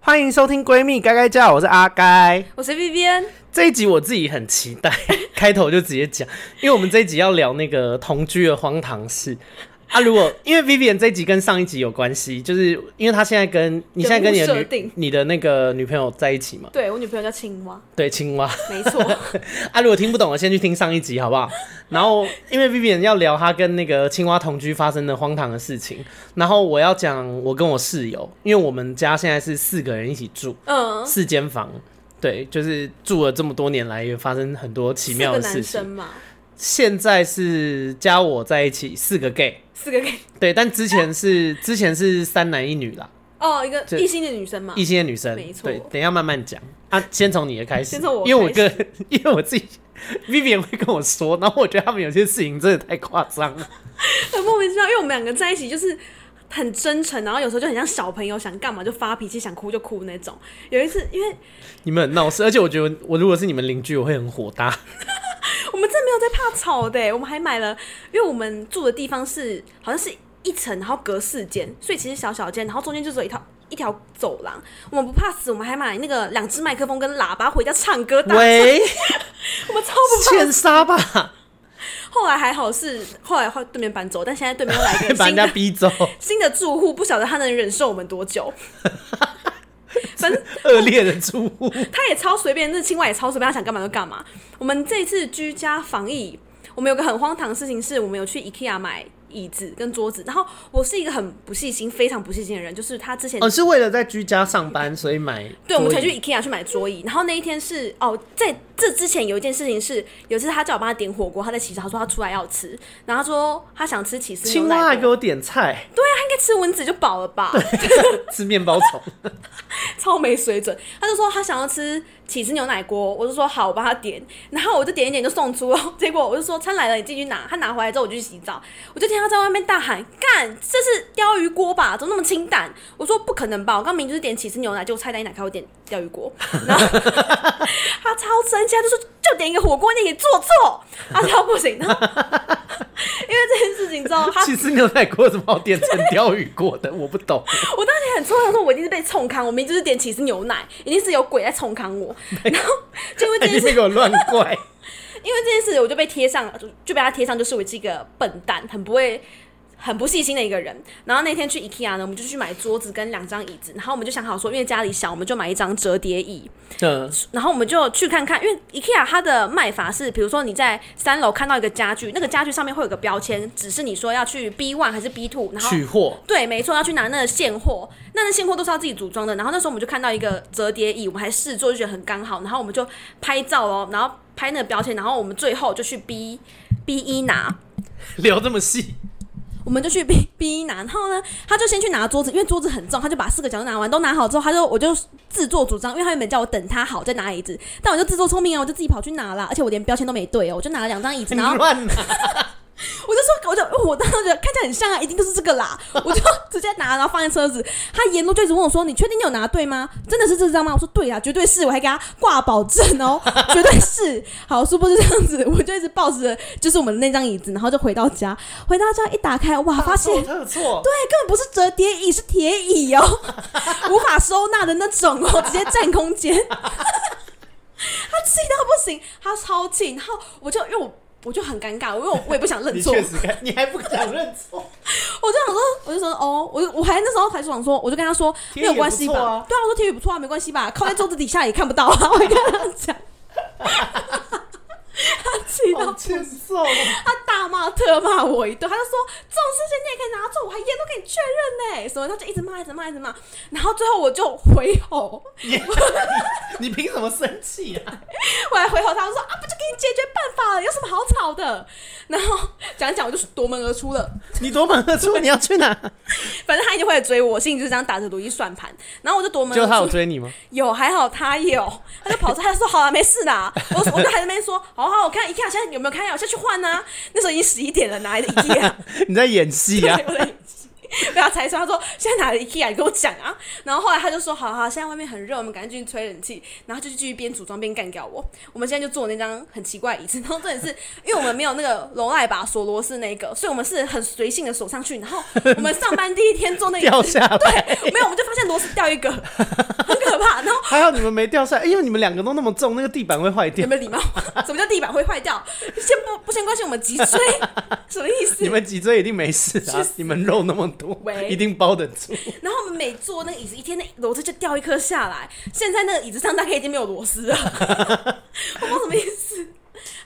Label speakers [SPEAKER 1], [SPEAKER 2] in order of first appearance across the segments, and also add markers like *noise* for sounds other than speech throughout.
[SPEAKER 1] 欢迎收听《闺蜜该该叫》，我是阿该。
[SPEAKER 2] 我是 B B N，
[SPEAKER 1] 这一集我自己很期待， *laughs* 开头就直接讲，因为我们这一集要聊那个同居的荒唐事啊。如果因为 Vivian 这一集跟上一集有关系，就是因为她现在跟你现在跟你的
[SPEAKER 2] 人物设
[SPEAKER 1] 女
[SPEAKER 2] 定
[SPEAKER 1] 你的那个女朋友在一起嘛，
[SPEAKER 2] 对我女朋友叫青蛙，
[SPEAKER 1] 对青蛙
[SPEAKER 2] *laughs* 没错，
[SPEAKER 1] 啊。如果听不懂的，先去听上一集好不好？然后因为 Vivian 要聊她跟那个青蛙同居发生的荒唐的事情，然后我要讲我跟我室友，因为我们家现在是四个人一起住，
[SPEAKER 2] *laughs* 嗯，
[SPEAKER 1] 四间房，对，就是住了这么多年来，也发生很多奇
[SPEAKER 2] 四
[SPEAKER 1] 妙
[SPEAKER 2] 个
[SPEAKER 1] 的事
[SPEAKER 2] 男
[SPEAKER 1] 情
[SPEAKER 2] 生。嘛，
[SPEAKER 1] 现在是加我在一起四个 gay，
[SPEAKER 2] 四个 gay，
[SPEAKER 1] 对，但之前
[SPEAKER 2] *laughs*
[SPEAKER 1] 是之前是三男一女啦，
[SPEAKER 2] 哦，一个
[SPEAKER 1] 这
[SPEAKER 2] 异性的女生嘛
[SPEAKER 1] 一，些女生
[SPEAKER 2] 没，错
[SPEAKER 1] 对，等一下慢慢讲啊，先从你的开始，
[SPEAKER 2] 先从我
[SPEAKER 1] 因为我
[SPEAKER 2] 开
[SPEAKER 1] 个 *laughs* 因为我自己 Vivian 会跟我说，然后我觉得他们有些事情真的太夸张了，
[SPEAKER 2] 很哎莫名其妙，因为我们两个在一起就是很真诚，然后有时候就很像小朋友，想干嘛就发脾气，想哭就哭那种。有一次，因为
[SPEAKER 1] 你们很闹事，而且我觉得我如果是你们邻居，我会很火大，
[SPEAKER 2] *laughs* 我们真的没有在怕吵的欸，我们还买了，因为我们住的地方是好像是一层，然后隔四间，所以其实小小间，然后中间就只有一条一条走廊。我们不怕死，我们还买那个两只麦克风跟喇叭回家唱歌大，
[SPEAKER 1] 喂，
[SPEAKER 2] 我们超 *laughs* 不怕
[SPEAKER 1] 欠杀吧，
[SPEAKER 2] 后来还好是后来换对面搬走，但现在对面又来
[SPEAKER 1] *laughs*
[SPEAKER 2] 一个
[SPEAKER 1] 把人
[SPEAKER 2] 新
[SPEAKER 1] 家
[SPEAKER 2] 的
[SPEAKER 1] 逼走，
[SPEAKER 2] 新的住户，不晓得他能忍受我们多久。 *laughs* 反正
[SPEAKER 1] 恶劣的住户。
[SPEAKER 2] 他也超随便，那青蛙也超随便，他想干嘛就干嘛。我们这次居家防疫，我们有个很荒唐的事情是，我们有去 IKEA 买椅子跟桌子。然后我是一个很不细心、非常不细心的人，就是他之前
[SPEAKER 1] 哦，是为了在居家上班，所以买
[SPEAKER 2] 对，我们才
[SPEAKER 1] 桌椅
[SPEAKER 2] 去 IKEA 去买桌椅。然后那一天是哦，在这之前有一件事情是，有一次他叫我帮他点火锅，他在洗澡，他说他出来要吃，然后他说他想吃起司牛
[SPEAKER 1] 青
[SPEAKER 2] 奶
[SPEAKER 1] 蛙
[SPEAKER 2] 锅，
[SPEAKER 1] 还给我点菜，
[SPEAKER 2] *laughs* 他应该吃蚊子就饱了吧？
[SPEAKER 1] 吃面包虫，
[SPEAKER 2] 超没水准。他就说他想要吃起司牛奶锅，我就说好，我帮他点。然后我就点一点就送出了， *laughs* 结果我就说餐来了，你进去拿。他拿回来之后，我就去洗澡，我就听他在外面大喊：“干，这是鲷鱼锅吧？怎么那么清淡？”我说不可能吧，我刚明明就是点起司牛奶，结果菜单一打开我点鲷鱼锅，然后他超生气，他就说就点一个火锅，你给做错， *laughs* 他超不行。然后 *laughs* 因为这件事情之后， *laughs* 他
[SPEAKER 1] 其实牛奶锅怎么好点成鲷鱼锅的？我不懂，
[SPEAKER 2] *laughs* 我当时很冲动，说我一定是被冲康，我明明就是点起司牛奶，一定是有鬼在冲康我。然后就因为这
[SPEAKER 1] 你
[SPEAKER 2] 件事，
[SPEAKER 1] 哎
[SPEAKER 2] *laughs*
[SPEAKER 1] 别给我乱怪。
[SPEAKER 2] 因为这件事，我就被贴上，就就被他贴上，就是我是一个笨蛋，很不会。很不细心的一个人。然后那天去 IKEA 呢，我们就去买桌子跟两张椅子，然后我们就想好说，因为家里小，我们就买一张折叠椅。
[SPEAKER 1] 嗯，
[SPEAKER 2] 然后我们就去看看，因为 IKEA 它的卖法是，比如说你在三楼看到一个家具，那个家具上面会有个标签，只是你说要去 B one 还是 B two，然后
[SPEAKER 1] 取货
[SPEAKER 2] 对，没错，要去拿那个现货，那那现货都是要自己组装的。然后那时候我们就看到一个折叠椅，我们还试做，就觉得很刚好，然后我们就拍照哦，然后拍那个标签，然后我们最后就去 B B 一拿，
[SPEAKER 1] 聊这么细，
[SPEAKER 2] 我们就去 B B 一拿，然后呢，他就先去拿桌子，因为桌子很重，他就把四个角都拿完，都拿好之后，他就我就自作主张，因为他原本叫我等他好再拿椅子，但我就自作聪明啊，我就自己跑去拿了，而且我连标签都没对哦，我就拿了两张椅
[SPEAKER 1] *laughs*
[SPEAKER 2] 子，
[SPEAKER 1] 你
[SPEAKER 2] 然后
[SPEAKER 1] 乱拿。
[SPEAKER 2] 我就说，我就我当时觉得看起来很像啊，一定就是这个
[SPEAKER 1] *laughs*
[SPEAKER 2] 啦，我就直接拿，然后放在车子。他沿路就一直问我说：“你确定你有拿对吗？真的是这张吗？”我说：“对啊，绝对是。”我还给他挂保证
[SPEAKER 1] *laughs*
[SPEAKER 2] 哦，绝对是。好，殊不知这样子，我就一直抱着就是我们那张椅子，然后就回到家。回到家一打开，哇，
[SPEAKER 1] 啊
[SPEAKER 2] 发现
[SPEAKER 1] 大错特哦错，
[SPEAKER 2] 对，根本不是折叠椅，是铁椅哦，
[SPEAKER 1] *laughs*
[SPEAKER 2] 无法收纳的那种哦，直接占空间。 *laughs* 他气到不行，他超气，然后我就因为我我就很尴尬，因为我我也不想认
[SPEAKER 1] 你
[SPEAKER 2] 错，
[SPEAKER 1] 确实该，你还不想认
[SPEAKER 2] *laughs*
[SPEAKER 1] 错，
[SPEAKER 2] 我就想说，我就说哦，我就我还那时候还想说，我就跟他说
[SPEAKER 1] 铁
[SPEAKER 2] 没
[SPEAKER 1] 也
[SPEAKER 2] 有关系吧，
[SPEAKER 1] 不错啊
[SPEAKER 2] 对啊，我说铁宇不错啊，没关系吧，靠在桌子底下也看不
[SPEAKER 1] *laughs*
[SPEAKER 2] 到啊，我跟他讲，他气到
[SPEAKER 1] 好哦欠揍。
[SPEAKER 2] 他大骂特骂我一顿，他就说这种事情你也可以拿走，我还烟都给你确认呢，什么他就一直骂一直骂一直骂，然后最后我就回吼， *laughs*
[SPEAKER 1] 你 *laughs* 你凭什么生气啊？
[SPEAKER 2] 我还回吼他，我说啊不就给你解决办法了，有什么好吵的？然后讲一讲我就夺门而出了。
[SPEAKER 1] 你夺门而出，你要去哪？
[SPEAKER 2] *laughs* 反正他一定会来追我，心里就是这样打着如意算盘。然后我就夺门
[SPEAKER 1] 就
[SPEAKER 2] 而
[SPEAKER 1] 他有
[SPEAKER 2] 出，
[SPEAKER 1] 追你吗？
[SPEAKER 2] 有还好他有， *laughs* 他就跑出，他就说好了啊没事啦。我我就还在那边说好好，我看一看现
[SPEAKER 1] *laughs*
[SPEAKER 2] 在有没有开啊，我下去换啊。那时候已经十一点了，哪来的 IKEA？
[SPEAKER 1] 你在演戏啊？
[SPEAKER 2] 对我在被他猜出，他说现在哪里 IKEA，你跟我讲啊。然后后来他就说，好好，现在外面很热，我们赶紧去吹冷气。然后就继续边组装边干掉我。我们现在就坐那张很奇怪的椅子，然后重点是 *laughs* 因为我们没有那个龙赖把锁螺丝那个，所以我们是很随性的锁上去。然后我们上班第一天坐那
[SPEAKER 1] 掉
[SPEAKER 2] 个，
[SPEAKER 1] 下来。
[SPEAKER 2] 没有，我们就发现螺丝掉一个，很可怕。然后
[SPEAKER 1] 还好你们没掉下来，因为你们两个都那么重，那个地板会坏
[SPEAKER 2] 有
[SPEAKER 1] 掉。
[SPEAKER 2] 没有礼貌？ *laughs* 什么叫地板会坏掉？先不不先关心我们脊椎，什么意思？
[SPEAKER 1] *laughs* 你们脊椎一定没事
[SPEAKER 2] 去
[SPEAKER 1] 啊，你们肉那么多，
[SPEAKER 2] 喂
[SPEAKER 1] 一定包得住。
[SPEAKER 2] 然后我们每坐那个椅子一天，那螺丝就掉一颗下来。现在那个椅子上大概已经没有螺丝了， *laughs* 我不知道什么意思，很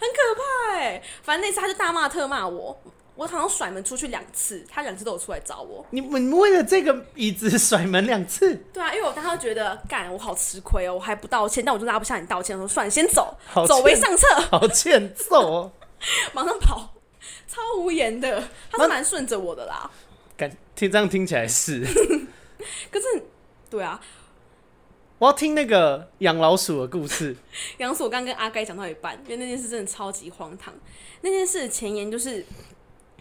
[SPEAKER 2] 可怕哎、反正那次他就大骂特骂我，我好像甩门出去两次，他两次都有出来找我。
[SPEAKER 1] 你们你们为了这个椅子甩门两次，
[SPEAKER 2] 对啊，因为我当时觉得干我好吃亏哦，我还不道歉，但我就拉不下你道歉，我说算了，先走
[SPEAKER 1] 好，
[SPEAKER 2] 走为
[SPEAKER 1] 欠
[SPEAKER 2] 上策，
[SPEAKER 1] 好欠揍哦！ *laughs*
[SPEAKER 2] 马上跑， *laughs* 超无言的。他是蛮顺着我的啦，
[SPEAKER 1] 感听这样听起来是，
[SPEAKER 2] 可是对啊，
[SPEAKER 1] 我要听那个养老鼠的故事。
[SPEAKER 2] 杨锁刚跟阿该讲到一半，因为那件事真的超级荒唐。那件事的前言就是，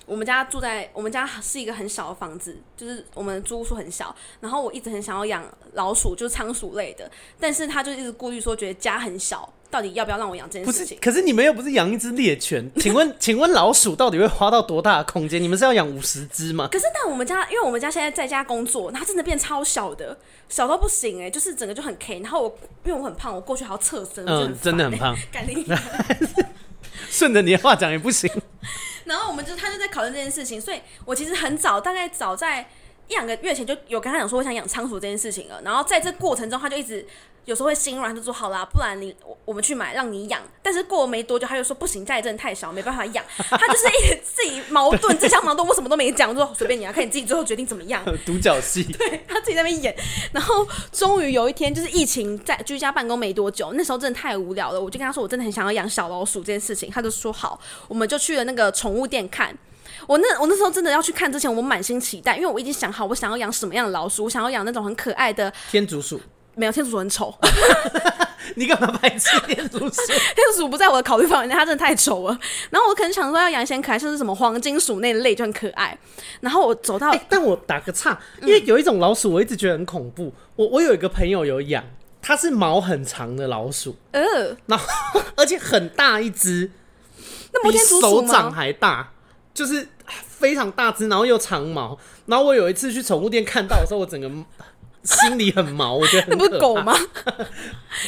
[SPEAKER 2] 我们家住在我们家是一个很小的房子，就是我们租屋处很小。然后我一直很想要养老鼠，就是仓鼠类的，但是他就一直顾虑说，觉得家很小，到底要不要让我养这
[SPEAKER 1] *laughs* 不
[SPEAKER 2] 件事
[SPEAKER 1] 是，
[SPEAKER 2] 情？
[SPEAKER 1] 可是你们又不是养一只猎 *laughs* 犬，请问，请问老鼠到底会花到多大的空间？你们是要养五十只吗？
[SPEAKER 2] 可是，但我们家，因为我们家现在在家工作，然后真的变超小的，小到不行哎、就是整个就很 K。然后我，因为我很胖，我过去还要侧身，我就很
[SPEAKER 1] 嗯， *laughs* 真的很
[SPEAKER 2] 烦欸，
[SPEAKER 1] 胖，
[SPEAKER 2] 干你
[SPEAKER 1] 顺着你的话讲也不行。 *laughs*
[SPEAKER 2] 然后我们就他就在讨论这件事情，所以我其实很早，大概早在一两个月前就有跟他讲说我想养仓鼠这件事情了。然后在这过程中，他就一直有时候会心软，他就说好啦，不然你我我们去买让你养。但是过没多久，他就说不行，家里真的太小，没办法养。他就是一直自己矛盾，自相矛盾，我什么都没讲，我说随便你啊，看你自己最后决定怎么样。
[SPEAKER 1] 独角戏，
[SPEAKER 2] 他自己在那边演。然后终于有一天，就是疫情在居家办公没多久，那时候真的太无聊了，我就跟他说我真的很想要养小老鼠这件事情，他就说好，我们就去了那个宠物店看。我那我那时候真的要去看之前，我满心期待，因为我已经想好我想要养什么样的老鼠，我想要养那种很可爱的，
[SPEAKER 1] 天竺鼠，
[SPEAKER 2] 没有天竺鼠很丑， *laughs*
[SPEAKER 1] 你干嘛排斥天竺鼠？
[SPEAKER 2] 天竺鼠不在我的考虑范围内，它真的太丑了。然后我可能想说要养一些很可爱，像是什么黄金鼠那类就很可爱。然后我走到
[SPEAKER 1] 哎、但我打个岔，
[SPEAKER 2] 嗯
[SPEAKER 1] 因为有一种老鼠我一直觉得很恐怖。我我有一个朋友有养，它是毛很长的老鼠，
[SPEAKER 2] 呃，
[SPEAKER 1] 然后而且很大一只，
[SPEAKER 2] 那不
[SPEAKER 1] 比
[SPEAKER 2] 是天竺鼠
[SPEAKER 1] 手掌
[SPEAKER 2] 吗？
[SPEAKER 1] 还大，就是非常大只，然后又长毛。然后我有一次去宠物店看到的时候，我整个心里很毛，我觉得很
[SPEAKER 2] *laughs* 那不是
[SPEAKER 1] 可
[SPEAKER 2] 狗
[SPEAKER 1] 怕
[SPEAKER 2] 吗？ *laughs*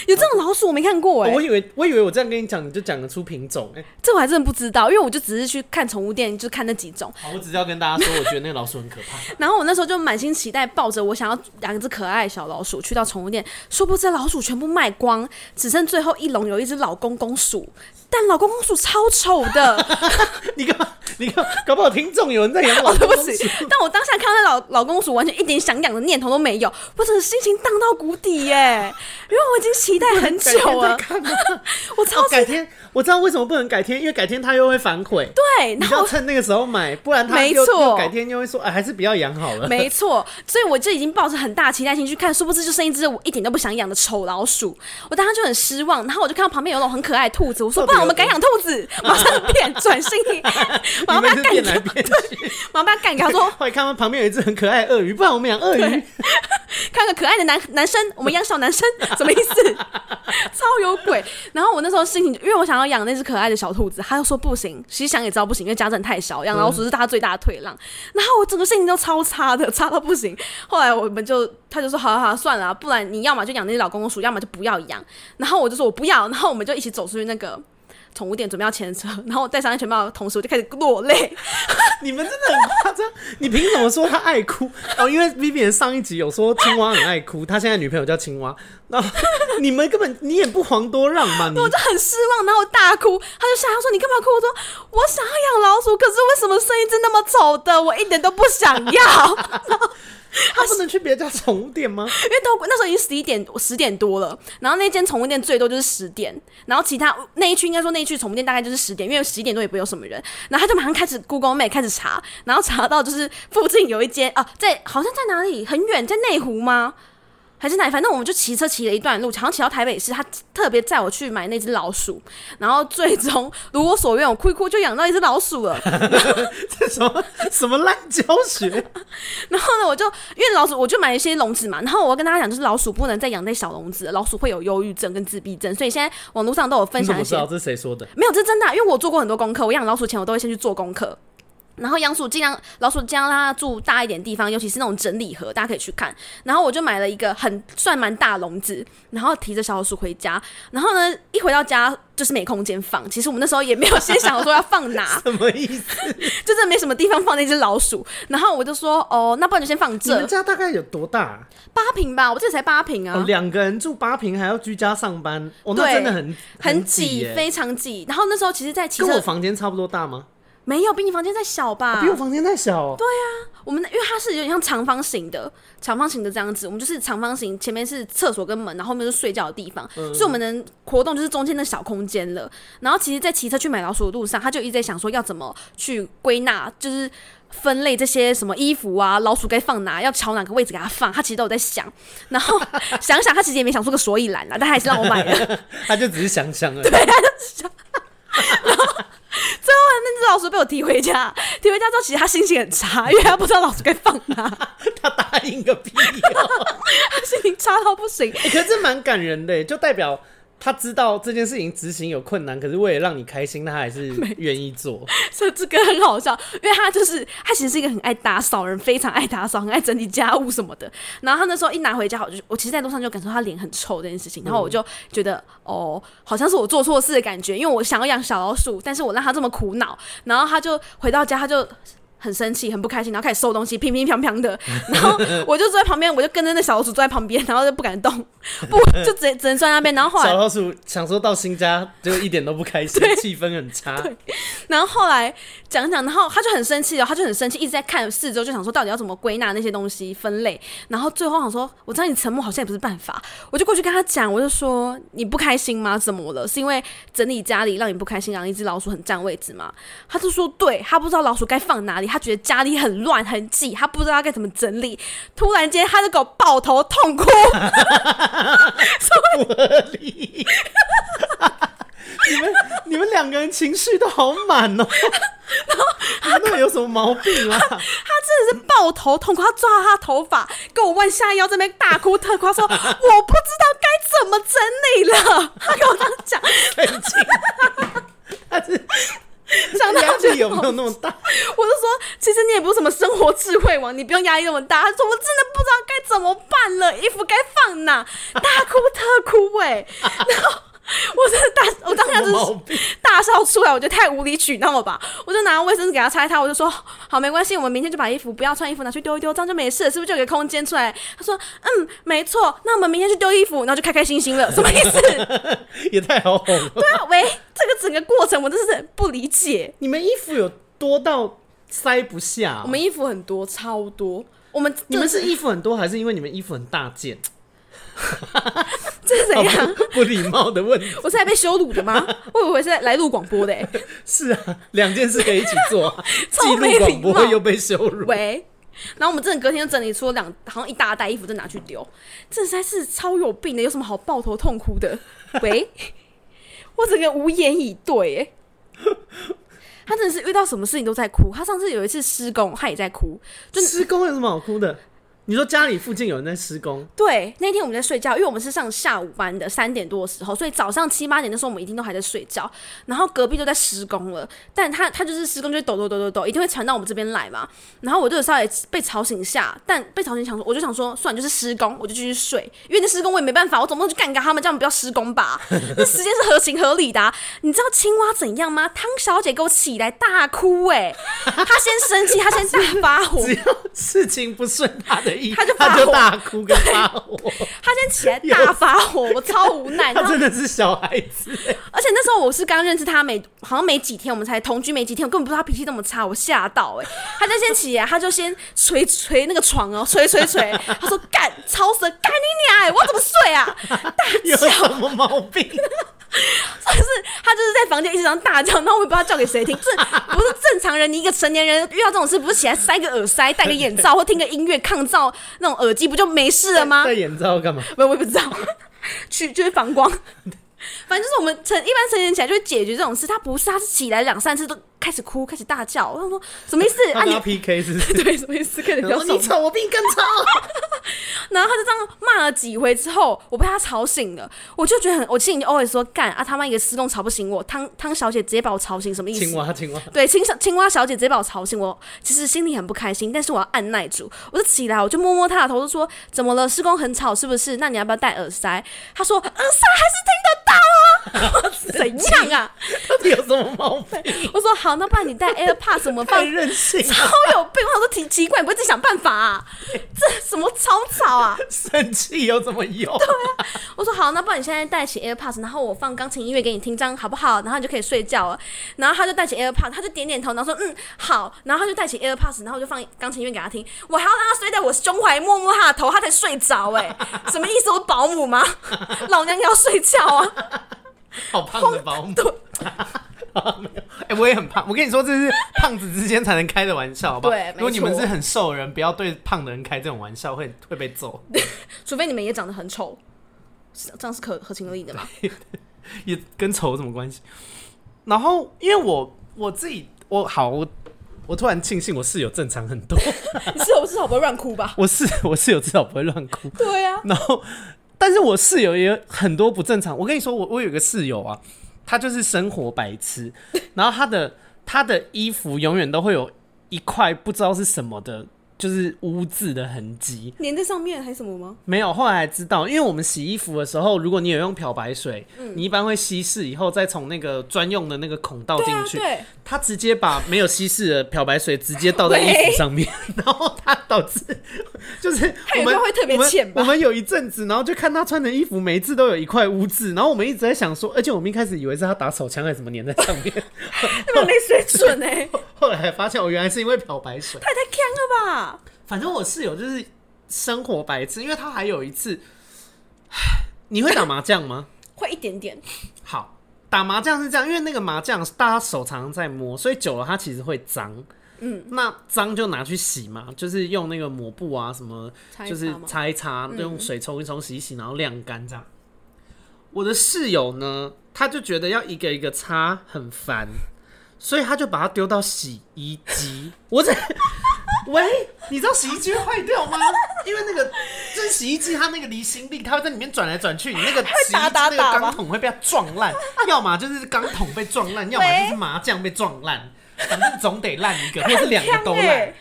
[SPEAKER 2] 有这种老鼠我没看过哎、
[SPEAKER 1] *laughs* 我以为我以为我这样跟你讲，你就讲得出品种
[SPEAKER 2] *laughs*
[SPEAKER 1] 哎、
[SPEAKER 2] 这我还真的不知道，因为我就只是去看宠物店，就看那几种。
[SPEAKER 1] 好，我只是要跟大家说，我觉得那个老鼠很可怕。
[SPEAKER 2] 然后我那时候就满心期待，抱着我想要养一只可爱的小老鼠去到宠物店，殊不知老鼠全部卖光，只剩最后一笼有一只老公公鼠，但老公公鼠超丑
[SPEAKER 1] *laughs*
[SPEAKER 2] 的，
[SPEAKER 1] 你干嘛？你干嘛？搞不好听众有人在养老
[SPEAKER 2] *laughs* 哦对
[SPEAKER 1] 鼠。
[SPEAKER 2] 不起。但我当下看到那老老公鼠，完全一点想养的念头都没有，我整个心情荡到谷底耶，因为我已经期待很啊
[SPEAKER 1] 改天
[SPEAKER 2] 久
[SPEAKER 1] 再
[SPEAKER 2] 了，
[SPEAKER 1] 看吧。
[SPEAKER 2] 我
[SPEAKER 1] 哦
[SPEAKER 2] 超期
[SPEAKER 1] 改天我知道为什么不能改天，因为改天它又会反悔。
[SPEAKER 2] 对，
[SPEAKER 1] 你
[SPEAKER 2] 然
[SPEAKER 1] 就要
[SPEAKER 2] 后
[SPEAKER 1] 趁那个时候买，不然它
[SPEAKER 2] 没
[SPEAKER 1] 又
[SPEAKER 2] 错
[SPEAKER 1] 又改天又会说，哎，还是不要养好 *laughs* 了。
[SPEAKER 2] 没错，所以我就已经抱着很大期待心去看，殊不知就剩一只我一点都不想养的丑老鼠。我当时就很失望，然后我就看到旁边有那种很可爱的兔子，我说
[SPEAKER 1] 到底
[SPEAKER 2] 不然我
[SPEAKER 1] 有
[SPEAKER 2] 们
[SPEAKER 1] 多
[SPEAKER 2] 改养兔子，马上变转性，马
[SPEAKER 1] 你们
[SPEAKER 2] 上被它 *laughs*
[SPEAKER 1] 是变来 *laughs*
[SPEAKER 2] 干掉，
[SPEAKER 1] 变去。
[SPEAKER 2] 马上被它干掉。他说
[SPEAKER 1] 后来看到旁边有一只很可爱的鳄鱼，不然我们养鳄鱼。
[SPEAKER 2] 看个可爱的男男生，我们养小男生，什么意思？超有鬼。然后我那时候心情，因为我想要养那只可爱的小兔子，他又说不行，其实想也知道不行，因为家真的太小，养老鼠是他最大的退让。然后我整个心情都超差的，差到不行。后来我们就，他就说好好好，算了啊、不然你要么就养那只老公公鼠，要么就不要养。然后我就说我不要，然后我们就一起走出去那个。宠物店准备要牵车，然后我戴上安全帽的同时，我就开始落泪。
[SPEAKER 1] 你们真的很夸张，你凭什么说他爱哭？哦，因为 Vivian 上一集有说青蛙很爱哭，他现在女朋友叫青蛙，然
[SPEAKER 2] *laughs*
[SPEAKER 1] 后你们根本你也不遑多让嘛，你
[SPEAKER 2] 我就很失望，然后大哭。他就吓他说：“你干嘛哭？”我说：“我想要养老鼠，可是为什么生一只那么丑的？我一点都不想要。
[SPEAKER 1] 他不能去别家宠物店
[SPEAKER 2] *laughs*
[SPEAKER 1] 吗？
[SPEAKER 2] 因为都那时候已经十一点十点多了，然后那间宠物店最多就是十点，然后其他那一区应该说那一区宠物店大概就是十点，因为十一点多也不会有什么人。然后他就马上开始 Google Map 开始查，然后查到就是附近有一间啊，在好像在哪里很远，在内湖吗？还是哪里，反正我们就骑车骑了一段路，好像骑到台北市，他特别载我去买那只老鼠，然后最终如我所愿，我哭一哭就养到一只老鼠了。
[SPEAKER 1] 这什么什么烂教学？
[SPEAKER 2] *laughs* 然后呢，我就因为老鼠，我就买了一些笼子嘛。然后我跟大家讲，就是老鼠不能再养在小笼子了，老鼠会有忧郁症跟自闭症，所以现在网络上都有分
[SPEAKER 1] 你怎
[SPEAKER 2] 享
[SPEAKER 1] 么
[SPEAKER 2] 一
[SPEAKER 1] 知
[SPEAKER 2] 些
[SPEAKER 1] 道这是谁说的？，
[SPEAKER 2] 没有，这是真的啊、因为我做过很多功课。我养老鼠前，我都会先去做功课。然后养鼠尽量，老鼠尽量让它住大一点地方，尤其是那种整理盒，大家可以去看。然后我就买了一个很算蛮大的笼子，然后提着小老鼠回家。然后呢，一回到家就是没空间放。其实我们那时候也没有先想说要放哪 *laughs*
[SPEAKER 1] 什么意思？
[SPEAKER 2] 就是没什么地方放那只老鼠。然后我就说，哦，那不然就先放
[SPEAKER 1] 你们
[SPEAKER 2] 这
[SPEAKER 1] 家大概有多大啊、
[SPEAKER 2] 八平吧，我这才八平啊。
[SPEAKER 1] 哦，两个人住八平，还要居家上班，哦，那
[SPEAKER 2] 对
[SPEAKER 1] 真的很
[SPEAKER 2] 很
[SPEAKER 1] 挤
[SPEAKER 2] 挤，
[SPEAKER 1] 耶
[SPEAKER 2] 非常挤。然后那时候其实，在骑
[SPEAKER 1] 跟我
[SPEAKER 2] 车
[SPEAKER 1] 房间差不多大吗？
[SPEAKER 2] 没有比你房间再小吧？
[SPEAKER 1] 比我房间再小、哦。对，
[SPEAKER 2] 我们那因为它是有点像长方形的，长方形的这样子，我们就是长方形，前面是厕所跟门，然后后面是睡觉的地方，
[SPEAKER 1] 嗯
[SPEAKER 2] 所以我们能活动就是中间的小空间了。然后其实，在骑车去买老鼠的路上，他就一直在想说要怎么去归纳，就是。分类这些什么衣服啊，老鼠该放哪，要朝哪个位置给它放，他其实都有在想。然后 *laughs* 想想，他其实也没想出个所以然啦，啊但还是让我买了。
[SPEAKER 1] 他就只是想想而已。
[SPEAKER 2] 那只老鼠被我提回家，提回家之后，其实他心情很差，因为他不知道老鼠该放哪，
[SPEAKER 1] *laughs* 他答应个屁、
[SPEAKER 2] *laughs*
[SPEAKER 1] 哦
[SPEAKER 2] 他心情差到不行。
[SPEAKER 1] 欸可是这蛮感人的耶，欸就代表他知道这件事情执行有困难，可是为了让你开心，他还是
[SPEAKER 2] *laughs*
[SPEAKER 1] 愿意做。
[SPEAKER 2] 这这个很好笑，因为他就是他其实是一个很爱打扫的人，非常爱打扫，很爱整理家务什么的。然后他那时候一拿回家，我就我其实在路上就感受他脸很臭这件事情，然后我就觉得、哦，好像是我做错事的感觉，因为我想要养小老鼠，但是我让他这么苦恼，然后他就回到家他就。很生气，很不开心，然后开始收东西， *laughs* 乒乒乓乓的。然后我就坐在旁边，我就跟着那小老鼠坐在旁边，然后就不敢动， *laughs* 不就只只能坐在那边。然后后来
[SPEAKER 1] 小老鼠想说到新家就一点都不开心，气氛很差。
[SPEAKER 2] 然后后来讲讲，然后他就很生气了，哦他就很生气，一直在看四周，就想说到底要怎么归纳那些东西分类。然后最后想说，我知道你沉默好像也不是办法，我就过去跟他讲，我就说你不开心吗？怎么了？是因为整理家里让你不开心，让一只老鼠很占位置吗？他就说对，他不知道老鼠该放哪里，他觉得家里很乱很挤，他不知道该怎么整理。突然间，他的狗抱头痛哭，
[SPEAKER 1] 你们你们两个人情绪都好满
[SPEAKER 2] *laughs*
[SPEAKER 1] 哦、你们那有什么毛病啊？
[SPEAKER 2] 真的是抱头痛哭，他抓他头发，跟我弯下腰在那边大哭特哭，他说我不知道该怎么整理了。 *laughs* 他跟我这样讲，
[SPEAKER 1] 神经病他是
[SPEAKER 2] 讲到
[SPEAKER 1] 压
[SPEAKER 2] 我觉
[SPEAKER 1] 力
[SPEAKER 2] 得
[SPEAKER 1] 有
[SPEAKER 2] 好
[SPEAKER 1] 没有那么大？
[SPEAKER 2] 我就说，其实你也不是什么生活智慧王，你不用压力那么大。他说我真的不知道该怎么办了，衣服该放哪，大哭特哭哎、然后。我真的大，我当下
[SPEAKER 1] 什
[SPEAKER 2] 就
[SPEAKER 1] 么毛
[SPEAKER 2] 是
[SPEAKER 1] 病？
[SPEAKER 2] 大笑出来，我觉得太无理取闹了吧！我就拿卫生纸给他擦一擦，我就说好，没关系，我们明天就把衣服不要穿衣服拿去丢一丢，这样就没事了，是不是就有个空间出来？他说嗯，没错，那我们明天去丢衣服，然后就开开心心了，什么意思？ *laughs* 对
[SPEAKER 1] 也太好哄了。
[SPEAKER 2] 啊，喂，这个整个过程我真是不理解。
[SPEAKER 1] 你们衣服有多到塞不下哦、
[SPEAKER 2] 我们衣服很多，超多，我们
[SPEAKER 1] 你们
[SPEAKER 2] 这
[SPEAKER 1] 是衣服很多，还是因为你们衣服很大件？
[SPEAKER 2] 这是怎样？
[SPEAKER 1] 哦不礼貌的问题
[SPEAKER 2] 我是来被羞辱的吗？我以为是来录广播的、欸，
[SPEAKER 1] 是啊，两件事可以一起做、啊，
[SPEAKER 2] 超
[SPEAKER 1] 记录
[SPEAKER 2] 没
[SPEAKER 1] 广
[SPEAKER 2] 礼貌
[SPEAKER 1] 播又被羞辱。
[SPEAKER 2] 喂。然后我们真的隔天就整理出了两，好像一大袋衣服，就拿去丢。这实在是超有病的，有什么好抱头痛哭的？喂，我整个无言以对哎。他真的是遇到什么事情都在哭。他上次有一次施工，他也在哭。就
[SPEAKER 1] 施工有什么好哭的？你说家里附近有人在施工，
[SPEAKER 2] 对，那天我们在睡觉，因为我们是上下午班的，三点多的时候，所以早上七八点的时候我们一定都还在睡觉。然后隔壁都在施工了，但他他就是施工就会抖抖抖抖抖，一定会传到我们这边来嘛。然后我就有稍微被吵醒一下，但被吵醒想说，我就想说，算了，就是施工，我就继续睡，因为那施工我也没办法，我总不能去干掉他们，这样不要施工吧？那时间是合情合理的啊、你知道青蛙怎样吗？汤小姐给我起来大哭、欸，哎，她先生气，她先大发
[SPEAKER 1] *laughs*
[SPEAKER 2] 火，
[SPEAKER 1] 只要事情不顺他的意，
[SPEAKER 2] 他就发
[SPEAKER 1] 他就
[SPEAKER 2] 火
[SPEAKER 1] 大哭跟发火，
[SPEAKER 2] 她先起来大发火，我超无奈。然
[SPEAKER 1] *laughs* 他
[SPEAKER 2] 后
[SPEAKER 1] 真的是小孩子。
[SPEAKER 2] 而且那时候我是刚认识他没，好像没几天，我们才同居没几天，我根本不知道他脾气那么差，我吓到哎、欸！ *laughs* 他就先起来，他就先捶捶那个床哦、 *laughs* 捶捶捶，他说干超 *laughs* 神，干你娘、欸！我怎么睡啊？
[SPEAKER 1] 有什么毛病？
[SPEAKER 2] 真是就是他就是在房间一直这样大叫，然后我也不知道叫给谁听，这不是正常人？你一个成年人遇到这种事，不是起来塞个耳塞、戴个眼罩或听个音乐抗噪那种耳机，不就没事了吗？
[SPEAKER 1] 戴眼罩干
[SPEAKER 2] *laughs*
[SPEAKER 1] 嘛？
[SPEAKER 2] 我我也不知道，去就是反光。 *laughs* 反正就是我们成一般成年起来就会解决这种事，他不是，他是起来两三次都开始哭，开始大叫。我想说
[SPEAKER 1] *laughs*
[SPEAKER 2] 什么意思？
[SPEAKER 1] 他
[SPEAKER 2] 啊
[SPEAKER 1] 跟
[SPEAKER 2] 你
[SPEAKER 1] 他 PK 是不
[SPEAKER 2] *laughs*
[SPEAKER 1] 是？
[SPEAKER 2] 对什么
[SPEAKER 1] *laughs*
[SPEAKER 2] 意思？开始
[SPEAKER 1] 然
[SPEAKER 2] 飙
[SPEAKER 1] 后
[SPEAKER 2] 手
[SPEAKER 1] 你丑，我比你更
[SPEAKER 2] *laughs*
[SPEAKER 1] 丑。
[SPEAKER 2] 然后他就这样骂了几回之后，我被他吵醒了，我就觉得很，我心里就 always 说干啊他妈一个失控吵不醒我，汤汤小姐直接把我吵醒，什么意
[SPEAKER 1] 青
[SPEAKER 2] 思？
[SPEAKER 1] 蛙，青蛙，
[SPEAKER 2] 对，青小青蛙小姐直接把我吵醒，我其实心里很不开心，但是我要按耐住，我就起来，我就摸摸她的头，就说怎么了？施工很吵是不是？那你要不要戴耳塞？她说耳塞
[SPEAKER 1] *laughs*
[SPEAKER 2] 还是听得到啊，怎样啊？
[SPEAKER 1] 到底有什么毛病？
[SPEAKER 2] *laughs* 我说好，那不然你戴 AirPods 我们放
[SPEAKER 1] 太任性 *laughs* 了，
[SPEAKER 2] 超有病！我说奇奇怪，你不会自己想办法啊？这什么超吵啊？
[SPEAKER 1] 生气有什么用？
[SPEAKER 2] 我说好，那不然你现在戴起 AirPods，然后我放钢琴音乐给你听，这样好不好？然后你就可以睡觉了。然后他就戴起 AirPods，他就点点头，然后说嗯好，然后他就戴起 AirPods，然后我就放钢琴音乐给他听，我还要让他睡在我胸怀，摸摸他的头，他才睡着、 *laughs* 哎，什么意思？我保姆吗？老娘也要睡觉啊！
[SPEAKER 1] 好胖的保姆。 *laughs* 哎、我也很胖。我跟你说，这是胖子之间才能开的玩笑，好不好？
[SPEAKER 2] 对没错
[SPEAKER 1] 如果你们是很瘦的人，不要对胖的人开这种玩笑，会会被
[SPEAKER 2] *laughs*
[SPEAKER 1] 揍。
[SPEAKER 2] *laughs* 除非你们也长得很丑，是这样是可合情合理 *laughs* 的嘛？
[SPEAKER 1] 也跟丑有什么关系？然后，因为我我自己，我好，我我突然庆幸我室友正常很多， *laughs*
[SPEAKER 2] 你是我至少不会乱哭吧？
[SPEAKER 1] 我室我室友至少不会乱哭。
[SPEAKER 2] 对啊，
[SPEAKER 1] 然后，但是我室友也有很多不正常。我跟你说，我我有一个室友啊，他就是生活白痴，然后他的他的衣服永远都会有一块不知道是什么的，就是污渍的痕迹。
[SPEAKER 2] 粘在上面还是什么吗？
[SPEAKER 1] 没有，后来才知道，因为我们洗衣服的时候，如果你有用漂白水，
[SPEAKER 2] 嗯
[SPEAKER 1] 你一般会稀释以后，再从那个专用的那个孔倒进
[SPEAKER 2] 对啊，
[SPEAKER 1] 去。
[SPEAKER 2] 对，
[SPEAKER 1] 他直接把没有稀释的漂白水直接倒在衣服上面，然后他导致就是我
[SPEAKER 2] 他有时
[SPEAKER 1] 们
[SPEAKER 2] 候会特别
[SPEAKER 1] 我们
[SPEAKER 2] 浅吧
[SPEAKER 1] 我们有一阵子，然后就看他穿的衣服每一次都有一块污渍，然后我们一直在想说，而且我们一开始以为是他打手枪还是什么粘在上面，
[SPEAKER 2] *laughs* 那么没水准哎、 *laughs*
[SPEAKER 1] 后来发现哦，原来是因为漂白水。
[SPEAKER 2] 太太强了吧？
[SPEAKER 1] 反正我室友就是生活白痴，因为他还有一次，你会打麻将吗？
[SPEAKER 2] 会一点点，
[SPEAKER 1] 好，打麻将是这样，因为那个麻将大家手常常在摸，所以久了它其实会脏。嗯，那脏就拿去洗嘛，就是用那个抹布啊什么，
[SPEAKER 2] 擦一
[SPEAKER 1] 就是
[SPEAKER 2] 擦吗嗯
[SPEAKER 1] 擦一擦，用水冲一冲，洗一洗，然后晾干这样。我的室友呢，他就觉得要一个一个擦很烦，所以他就把它丢到洗衣
[SPEAKER 2] *laughs*
[SPEAKER 1] 机。我在。喂，你知道洗衣机会坏掉吗？因为那个就是洗衣机，它那个离心力，它会在里面转来转去，你那个洗衣机
[SPEAKER 2] 打打
[SPEAKER 1] 那个
[SPEAKER 2] 打吧
[SPEAKER 1] 钢桶会被它撞烂，要么就是钢桶被撞
[SPEAKER 2] *laughs*
[SPEAKER 1] 烂，要么就是麻将被撞烂，反正总得烂一个，或 *laughs* 是两个都
[SPEAKER 2] 很呛
[SPEAKER 1] 烂
[SPEAKER 2] 欸。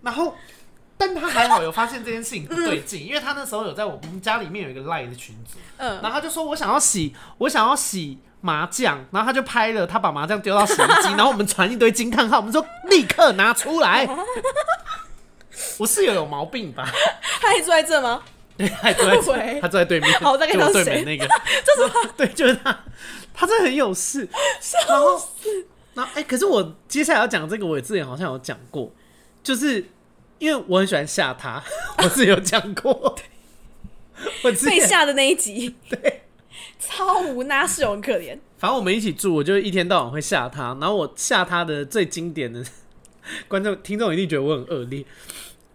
[SPEAKER 1] 然后，但他还好有发现这件事情不对劲，因为他那时候有在我们家里面有一个赖的群组，
[SPEAKER 2] 嗯，
[SPEAKER 1] 然后他就说我想要洗，我想要洗麻将，然后他就拍了，他把麻将丢到洗衣
[SPEAKER 2] *laughs*
[SPEAKER 1] 机，然后我们传一堆惊叹号，我们说立刻拿出来。我室友有毛病吧？ *laughs*
[SPEAKER 2] 他还坐在这 *laughs* 吗？
[SPEAKER 1] 对，他坐在
[SPEAKER 2] 喂
[SPEAKER 1] 他坐在对面，
[SPEAKER 2] 好我大概
[SPEAKER 1] 就我
[SPEAKER 2] 知道
[SPEAKER 1] 对
[SPEAKER 2] 是
[SPEAKER 1] 面
[SPEAKER 2] 谁
[SPEAKER 1] 那个，
[SPEAKER 2] 就是 *laughs* 他，
[SPEAKER 1] 对，就是他，他真的很有
[SPEAKER 2] *laughs*
[SPEAKER 1] 事。然后，然后哎、可是我接下来要讲这个，我之前好像有讲过，就是因为我很喜欢吓他， *laughs* 我是有讲过。我之
[SPEAKER 2] 被
[SPEAKER 1] 前
[SPEAKER 2] 吓的那一集，对，超无奈，室友很可怜，
[SPEAKER 1] 反正我们一起住，我就一天到晚会吓他。然后我吓他的最经典的观众听众一定觉得我很恶劣。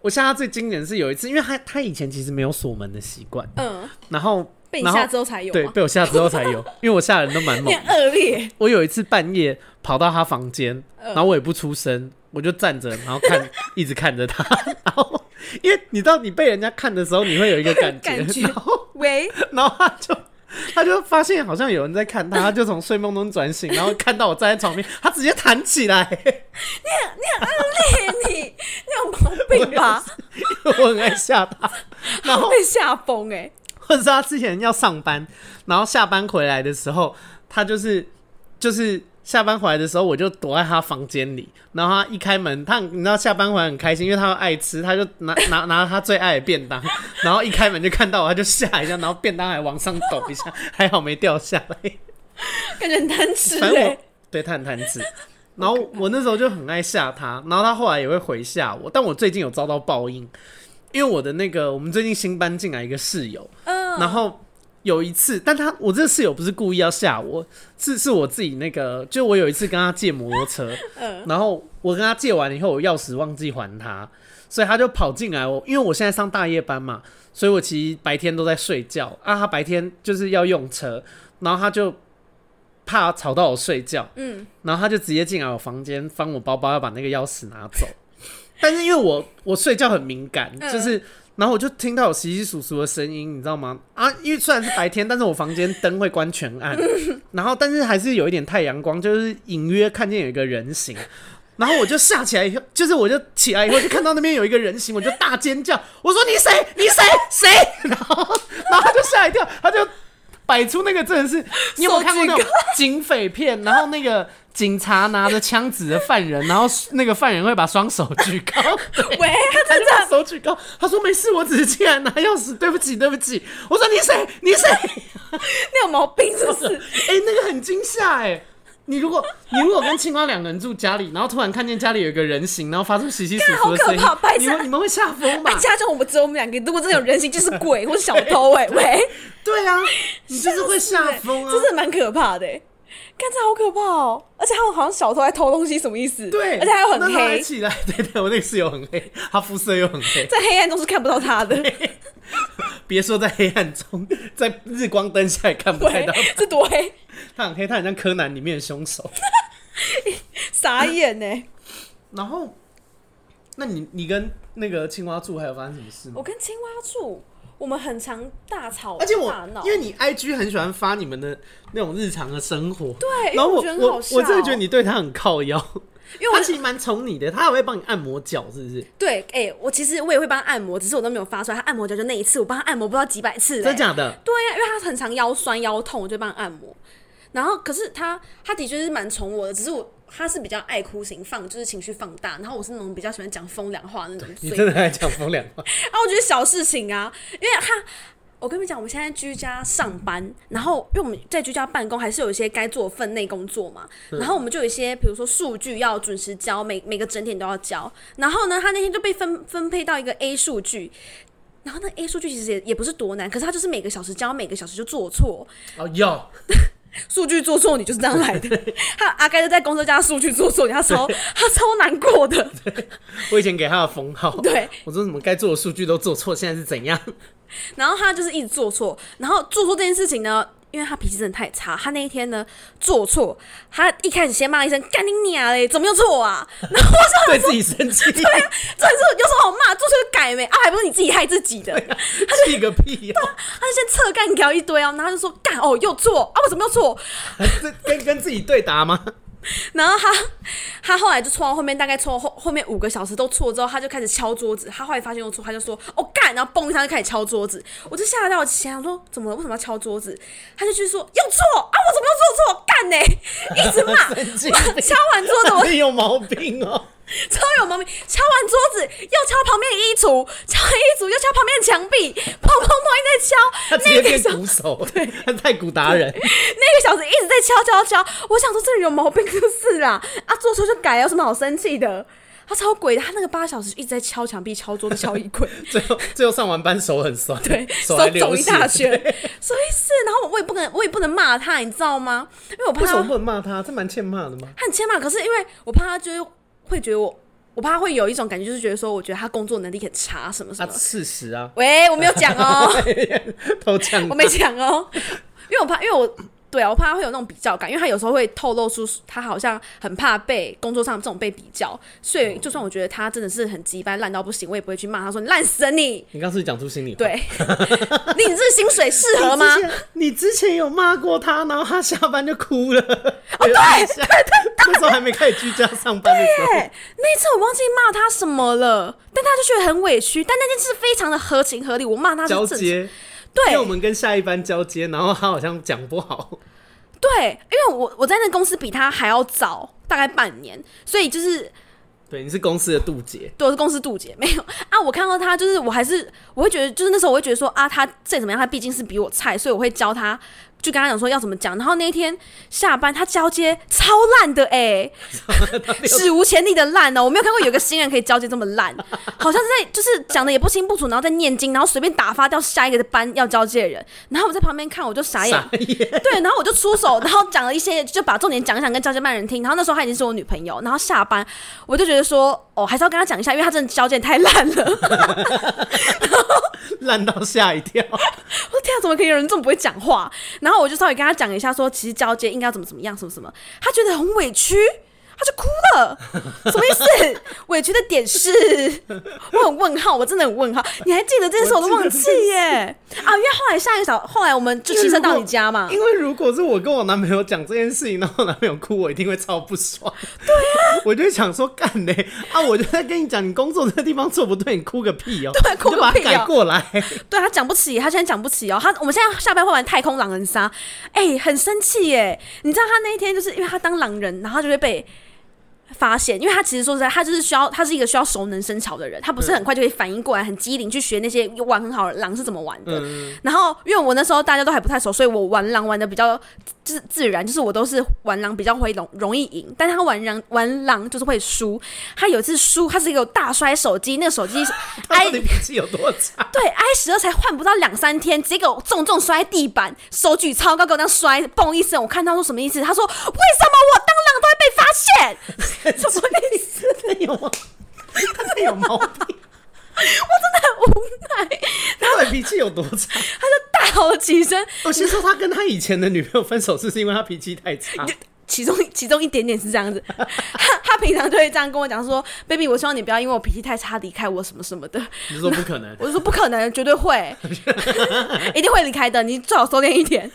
[SPEAKER 1] 我吓他最经典的是有一次，因为他他以前其实没有锁门的习惯，
[SPEAKER 2] 嗯，
[SPEAKER 1] 然后
[SPEAKER 2] 被你
[SPEAKER 1] 然后
[SPEAKER 2] 吓之后才有
[SPEAKER 1] 对
[SPEAKER 2] 吗？
[SPEAKER 1] 被我吓之后才有，因为我吓人都蛮
[SPEAKER 2] 你 *laughs*
[SPEAKER 1] 猛。
[SPEAKER 2] 很恶劣，
[SPEAKER 1] 我有一次半夜跑到他房间，
[SPEAKER 2] 嗯
[SPEAKER 1] 然后我也不出声，我就站着，然后
[SPEAKER 2] *laughs*
[SPEAKER 1] 看一直看着他，然后因为你知道你被人家看的时候，你会有一个感觉，
[SPEAKER 2] 感觉
[SPEAKER 1] 然后
[SPEAKER 2] 喂，
[SPEAKER 1] 然后他就他就发现好像有人在看
[SPEAKER 2] *laughs*
[SPEAKER 1] 他，他就从睡梦中转醒，然后看到我站在床边，他直接弹起来。 *laughs*
[SPEAKER 2] 你你有毛病
[SPEAKER 1] *laughs*
[SPEAKER 2] 吧？
[SPEAKER 1] 我很爱吓他，然后
[SPEAKER 2] 被吓疯哎，
[SPEAKER 1] *laughs* 或者是他之前要上班，然后下班回来的时候，他就是就是下班回来的时候，我就躲在他房间里，然后他一开门，他你知道下班回来很开心，因为他爱吃，他就拿 *laughs* 拿拿他最爱的便当，然后一开门就看到我，他就吓一下，然后便当还往上抖一下，还好没掉下来。
[SPEAKER 2] 感觉很难吃
[SPEAKER 1] 反正我
[SPEAKER 2] 哎，
[SPEAKER 1] 对他很贪吃，然后我那时候就很爱吓他，然后他后来也会回吓我，但我最近有遭到报应，因为我的那个我们最近新搬进来一个室友，
[SPEAKER 2] 嗯，
[SPEAKER 1] 然后有一次，但他我这个室友不是故意要吓我，是是我自己那个，就我有一次跟他借摩托车，然后我跟他借完以后，我钥匙忘记还他，所以他就跑进来我，因为我现在上大夜班嘛，所以我其实白天都在睡觉啊，他白天就是要用车，然后他就怕吵到我睡觉，
[SPEAKER 2] 嗯，
[SPEAKER 1] 然后他就直接进来我房间翻我包包，要把那个钥匙拿走。 *laughs* 但是因为我我睡觉很敏感，
[SPEAKER 2] 嗯
[SPEAKER 1] 就是然后我就听到有稀稀疏疏的声音，你知道吗？啊，因为虽然是白天，但 *laughs* 是我房间灯会关全
[SPEAKER 2] *laughs*
[SPEAKER 1] 暗，然后但是还是有一点太阳光，就是隐约看见有一个人形。然后我就吓起来以后，就是我就起来以后就看到那边有一个人形，我就大尖叫，我说你谁？你谁？谁？ *laughs* 然后然后他就吓一跳，他就摆出那个真的是，你有没有看过那种 *laughs* 警匪片？然后那个警察拿着枪指着犯人，然后那个犯人会把双手举高，对
[SPEAKER 2] 喂，他
[SPEAKER 1] 他
[SPEAKER 2] 真
[SPEAKER 1] 就
[SPEAKER 2] 的
[SPEAKER 1] 把手举高，他说没事，我只是进来拿钥匙，对不起，对不起。我说你谁？你谁？
[SPEAKER 2] 你有毛病是不是？
[SPEAKER 1] 哎、那个很惊吓哎。你如果你如果跟青蛙两个人住家里，然后突然看见家里有一个人形，然后发出稀稀疏疏的声音
[SPEAKER 2] *laughs* 干好可怕白，
[SPEAKER 1] 你
[SPEAKER 2] 痴
[SPEAKER 1] 们你们会吓疯吧
[SPEAKER 2] *laughs* 哎，？加上我们只有我们两个，如果真的有人形，就是
[SPEAKER 1] *laughs*
[SPEAKER 2] 鬼或是小偷、哎，喂，
[SPEAKER 1] 对啊，你就是会吓
[SPEAKER 2] 对
[SPEAKER 1] 疯啊！
[SPEAKER 2] 这是蛮可怕的、哎看这好可怕哦、而且他们好像小偷在偷东西，什么意思？
[SPEAKER 1] 对，
[SPEAKER 2] 而且还有
[SPEAKER 1] 那
[SPEAKER 2] 很
[SPEAKER 1] 时候还
[SPEAKER 2] 黑，
[SPEAKER 1] 起来，对对，我那个室友很黑，他肤色又很黑，
[SPEAKER 2] 在黑暗中是看不到他的，
[SPEAKER 1] 别说在黑暗中， *laughs* 在日光灯下也看不太
[SPEAKER 2] 喂 *laughs*
[SPEAKER 1] 到。，
[SPEAKER 2] 这多黑，
[SPEAKER 1] 他很黑，他很像柯南里面的凶手。
[SPEAKER 2] 傻眼呢、哎
[SPEAKER 1] *laughs* 然后，那你你跟那个青蛙住还有发生什么事吗
[SPEAKER 2] 我？跟青蛙住，我们很常大吵
[SPEAKER 1] 而且我
[SPEAKER 2] 大闹，
[SPEAKER 1] 因为你 IG 很喜欢发你们的那种日常的生活，
[SPEAKER 2] 对，
[SPEAKER 1] 然后
[SPEAKER 2] 因为
[SPEAKER 1] 我
[SPEAKER 2] 觉得很
[SPEAKER 1] 我
[SPEAKER 2] 好笑，
[SPEAKER 1] 真的觉得，你对他很靠腰，
[SPEAKER 2] 因为我
[SPEAKER 1] 他其实蛮宠你的，他还会帮你按摩脚，是不是？
[SPEAKER 2] 对，哎、我其实我也会帮他按摩，只是我都没有发出来。他按摩脚就那一次，我帮他按摩不知道几百次、欸。
[SPEAKER 1] 真假的？
[SPEAKER 2] 对呀、因为他很常腰酸腰痛，我就帮他按摩。然后，可是他他的确是蛮宠我的，只是我他是比较爱哭型放，就是情绪放大。然后我是那种比较喜欢讲风凉话那种，
[SPEAKER 1] 你
[SPEAKER 2] 所以
[SPEAKER 1] 真的在讲风凉话？
[SPEAKER 2] 啊，我觉得小事情啊，因为他，我跟你们讲，我们现在居家上班，然后因为我们在居家办公，还是有一些该做的分内工作嘛。然后我们就有一些，比如说数据要准时交，每每个整点都要交。然后呢，他那天就被分分配到一个 A 数据。然后那 A 数据其实也也不是多难，可是他就是每个小时交，每个小时就做错，
[SPEAKER 1] *laughs* 哦，有，
[SPEAKER 2] 数据做错你就是这样来的。 *laughs* 他阿该就在公车加数据做错你，他超他超难过的。
[SPEAKER 1] 我以前给他的封号，
[SPEAKER 2] 对，
[SPEAKER 1] 我说怎么该做的数据都做错，现在是怎样？ *laughs*
[SPEAKER 2] 然后他就是一直做错，然后做错这件事情呢，因为他脾气真的太差，他那一天呢做错，他一开始先骂一声“干你娘嘞，怎么又错啊？” *laughs* 然后我
[SPEAKER 1] 对
[SPEAKER 2] 就
[SPEAKER 1] 自己生气，
[SPEAKER 2] 这是有什么好骂？做错就改没啊，还不是你自己害自己的？ *laughs*
[SPEAKER 1] 气个屁呀、
[SPEAKER 2] 他就先侧干掉一堆啊，然后他就说“干哦，又错啊，我怎么又错
[SPEAKER 1] 这跟跟自己对答吗？？”
[SPEAKER 2] 然后他他后来就错到后面，大概错到后后面五个小时都错之后，他就开始敲桌子。他后来发现又错，他就说“哦干”，然后嘣一下就开始敲桌子。我就吓到我起来，想说怎么了？为什么要敲桌子？他就去说又错啊，我怎么又做错？干呢、 *laughs* 一直骂。
[SPEAKER 1] 神经
[SPEAKER 2] 哇敲完桌子，我
[SPEAKER 1] 你有毛病
[SPEAKER 2] *laughs*
[SPEAKER 1] 哦、
[SPEAKER 2] 超有毛病。敲完桌子，又敲旁边的衣橱，敲完衣橱又敲旁边的墙壁，砰砰砰
[SPEAKER 1] 他直接
[SPEAKER 2] 一直在敲。那个
[SPEAKER 1] 变
[SPEAKER 2] 小 *laughs*
[SPEAKER 1] 鼓手，他太鼓达人。
[SPEAKER 2] 那个小时一直在敲敲敲，我想说这人有毛病就是啦，啊，做错就改，有什么好生气的？他超鬼的，他那个八小时一直在敲墙壁、敲桌子、敲衣柜。
[SPEAKER 1] 最后最后上完班手很酸，
[SPEAKER 2] 对，
[SPEAKER 1] *laughs* 手
[SPEAKER 2] 手
[SPEAKER 1] 还
[SPEAKER 2] 肿
[SPEAKER 1] 流
[SPEAKER 2] 一
[SPEAKER 1] 血。
[SPEAKER 2] 大圈
[SPEAKER 1] 对，
[SPEAKER 2] 所以是，然后我也不能，我也不能骂他，你知道吗？因为我怕
[SPEAKER 1] 为什么
[SPEAKER 2] 他
[SPEAKER 1] 不能骂他？这蛮欠骂的吗？
[SPEAKER 2] 他很欠骂，可是因为我怕他就是会觉得我，我怕他会有一种感觉，就是觉得说，我觉得他工作能力很差，什么什
[SPEAKER 1] 啊，
[SPEAKER 2] 么。
[SPEAKER 1] 事实啊，
[SPEAKER 2] 喂，我没有讲
[SPEAKER 1] *laughs*
[SPEAKER 2] 哦、
[SPEAKER 1] 偷呛
[SPEAKER 2] *laughs* 我没讲哦、因为我怕，因为我对啊，我怕他会有那种比较感，因为他有时候会透露出他好像很怕被工作上这种被比较，所以就算我觉得他真的是很鸡掰烂到不行，我也不会去骂他说你烂死了你，
[SPEAKER 1] 你刚是不是讲出心里话？
[SPEAKER 2] 对， *laughs* 你这薪水适
[SPEAKER 1] *laughs* 你之前，
[SPEAKER 2] 合吗？
[SPEAKER 1] 你之前有骂过他，然后他下班就哭了。哦， *laughs* 对对对，那时候还没开始居家上班的
[SPEAKER 2] *laughs*
[SPEAKER 1] 时候，
[SPEAKER 2] 对，那一哎次我忘记骂他什么了，但他就觉得很委屈，但那件事非常的合情合理，我骂他是
[SPEAKER 1] 交
[SPEAKER 2] 正常
[SPEAKER 1] 接，因为我
[SPEAKER 2] 对
[SPEAKER 1] 们跟下一班交接，然后他好像讲不好。
[SPEAKER 2] 对，因为我我在那公司比他还要早大概半年，所以就是
[SPEAKER 1] 对，你是公司的渡劫，
[SPEAKER 2] 对，我是公司渡劫，没有 *laughs* 啊。我看到他，就是我还是我会觉得，就是那时候我会觉得说啊，他再怎么样，他毕竟是比我菜，所以我会教他就跟他讲说要怎么讲。然后那一天下班，他交接超烂的哎、史无前例的烂哦！我没有看过有个新人可以交接这么烂，好像是在就是讲的也不清不楚，然后在念经，然后随便打发掉下一个班要交接的人。然后我在旁边看，我就傻眼，
[SPEAKER 1] 傻眼，
[SPEAKER 2] *laughs* 对，然后我就出手，然后讲了一些，就把重点讲一讲跟交接班人听。然后那时候她已经是我女朋友，然后下班我就觉得说，哦，还是要跟她讲一下，因为她真的交接得太烂了。 *laughs*
[SPEAKER 1] 烂到吓一跳。
[SPEAKER 2] 我天啊，怎么可以有人这么不会讲话？然后我就稍微跟他讲一下说其实交接应该要怎么怎么样，什么什么，他觉得很委屈。他就哭了，什么意思？ *laughs* 委屈的点是，我很问号，我真的很问号。你还记得这件事，我都忘记耶！啊，因为后来下一个小，后来我们 *laughs* 就骑车到你家嘛，
[SPEAKER 1] 因为如果是我跟我男朋友讲这件事情，然后我男朋友哭，我一定会超不爽。对啊， *laughs* 我就会想说干嘞、啊！我就在跟你讲，你工作这地方做不对，你哭个屁哦、
[SPEAKER 2] 对
[SPEAKER 1] 你
[SPEAKER 2] 哭
[SPEAKER 1] 就
[SPEAKER 2] 个
[SPEAKER 1] 把它
[SPEAKER 2] 屁
[SPEAKER 1] 改
[SPEAKER 2] 哦
[SPEAKER 1] 过来。
[SPEAKER 2] 对他讲不起，他现在讲不起哦。他我们现在下班会玩太空狼人杀，哎、很生气耶。你知道他那一天就是因为他当狼人，然后他就会被发现，因为他其实说实在，他就是需要，他是一个需要熟能生巧的人，他
[SPEAKER 1] 嗯
[SPEAKER 2] 不是很快就可以反应过来，很机灵去学那些玩很好的狼是怎么玩的。
[SPEAKER 1] 嗯
[SPEAKER 2] 然后因为我那时候大家都还不太熟，所以我玩狼玩的比较自自然，就是我都是玩狼比较会容容易赢，但是他玩狼玩狼就是会输。他有一次输，他是一个大摔手机，那个手机
[SPEAKER 1] *laughs* 他
[SPEAKER 2] 哎
[SPEAKER 1] 到底脾气有多差？
[SPEAKER 2] 对，i 十二才换不到两三天，直接给我重重摔在地板，手举超高，给我这样摔，嘣一声。我看他说什么意思？他说为什么我当狼都会被发现？什么意思？
[SPEAKER 1] 真的有吗？他真的有毛病，
[SPEAKER 2] 我真的很无奈。
[SPEAKER 1] 他到底脾气有多差？
[SPEAKER 2] 他就大吼了几声，
[SPEAKER 1] 我先说他跟他以前的女朋友分手，是不是因为他脾气太差？
[SPEAKER 2] 其中其中一点点是这样子。他他平常就会这样跟我讲说，baby，我希望你不要因为我脾气太差离开我什么什么的。
[SPEAKER 1] 你说不可能？
[SPEAKER 2] *laughs* 我就说不可能，绝对会， *laughs* 一定会离开的。你最好收敛一点。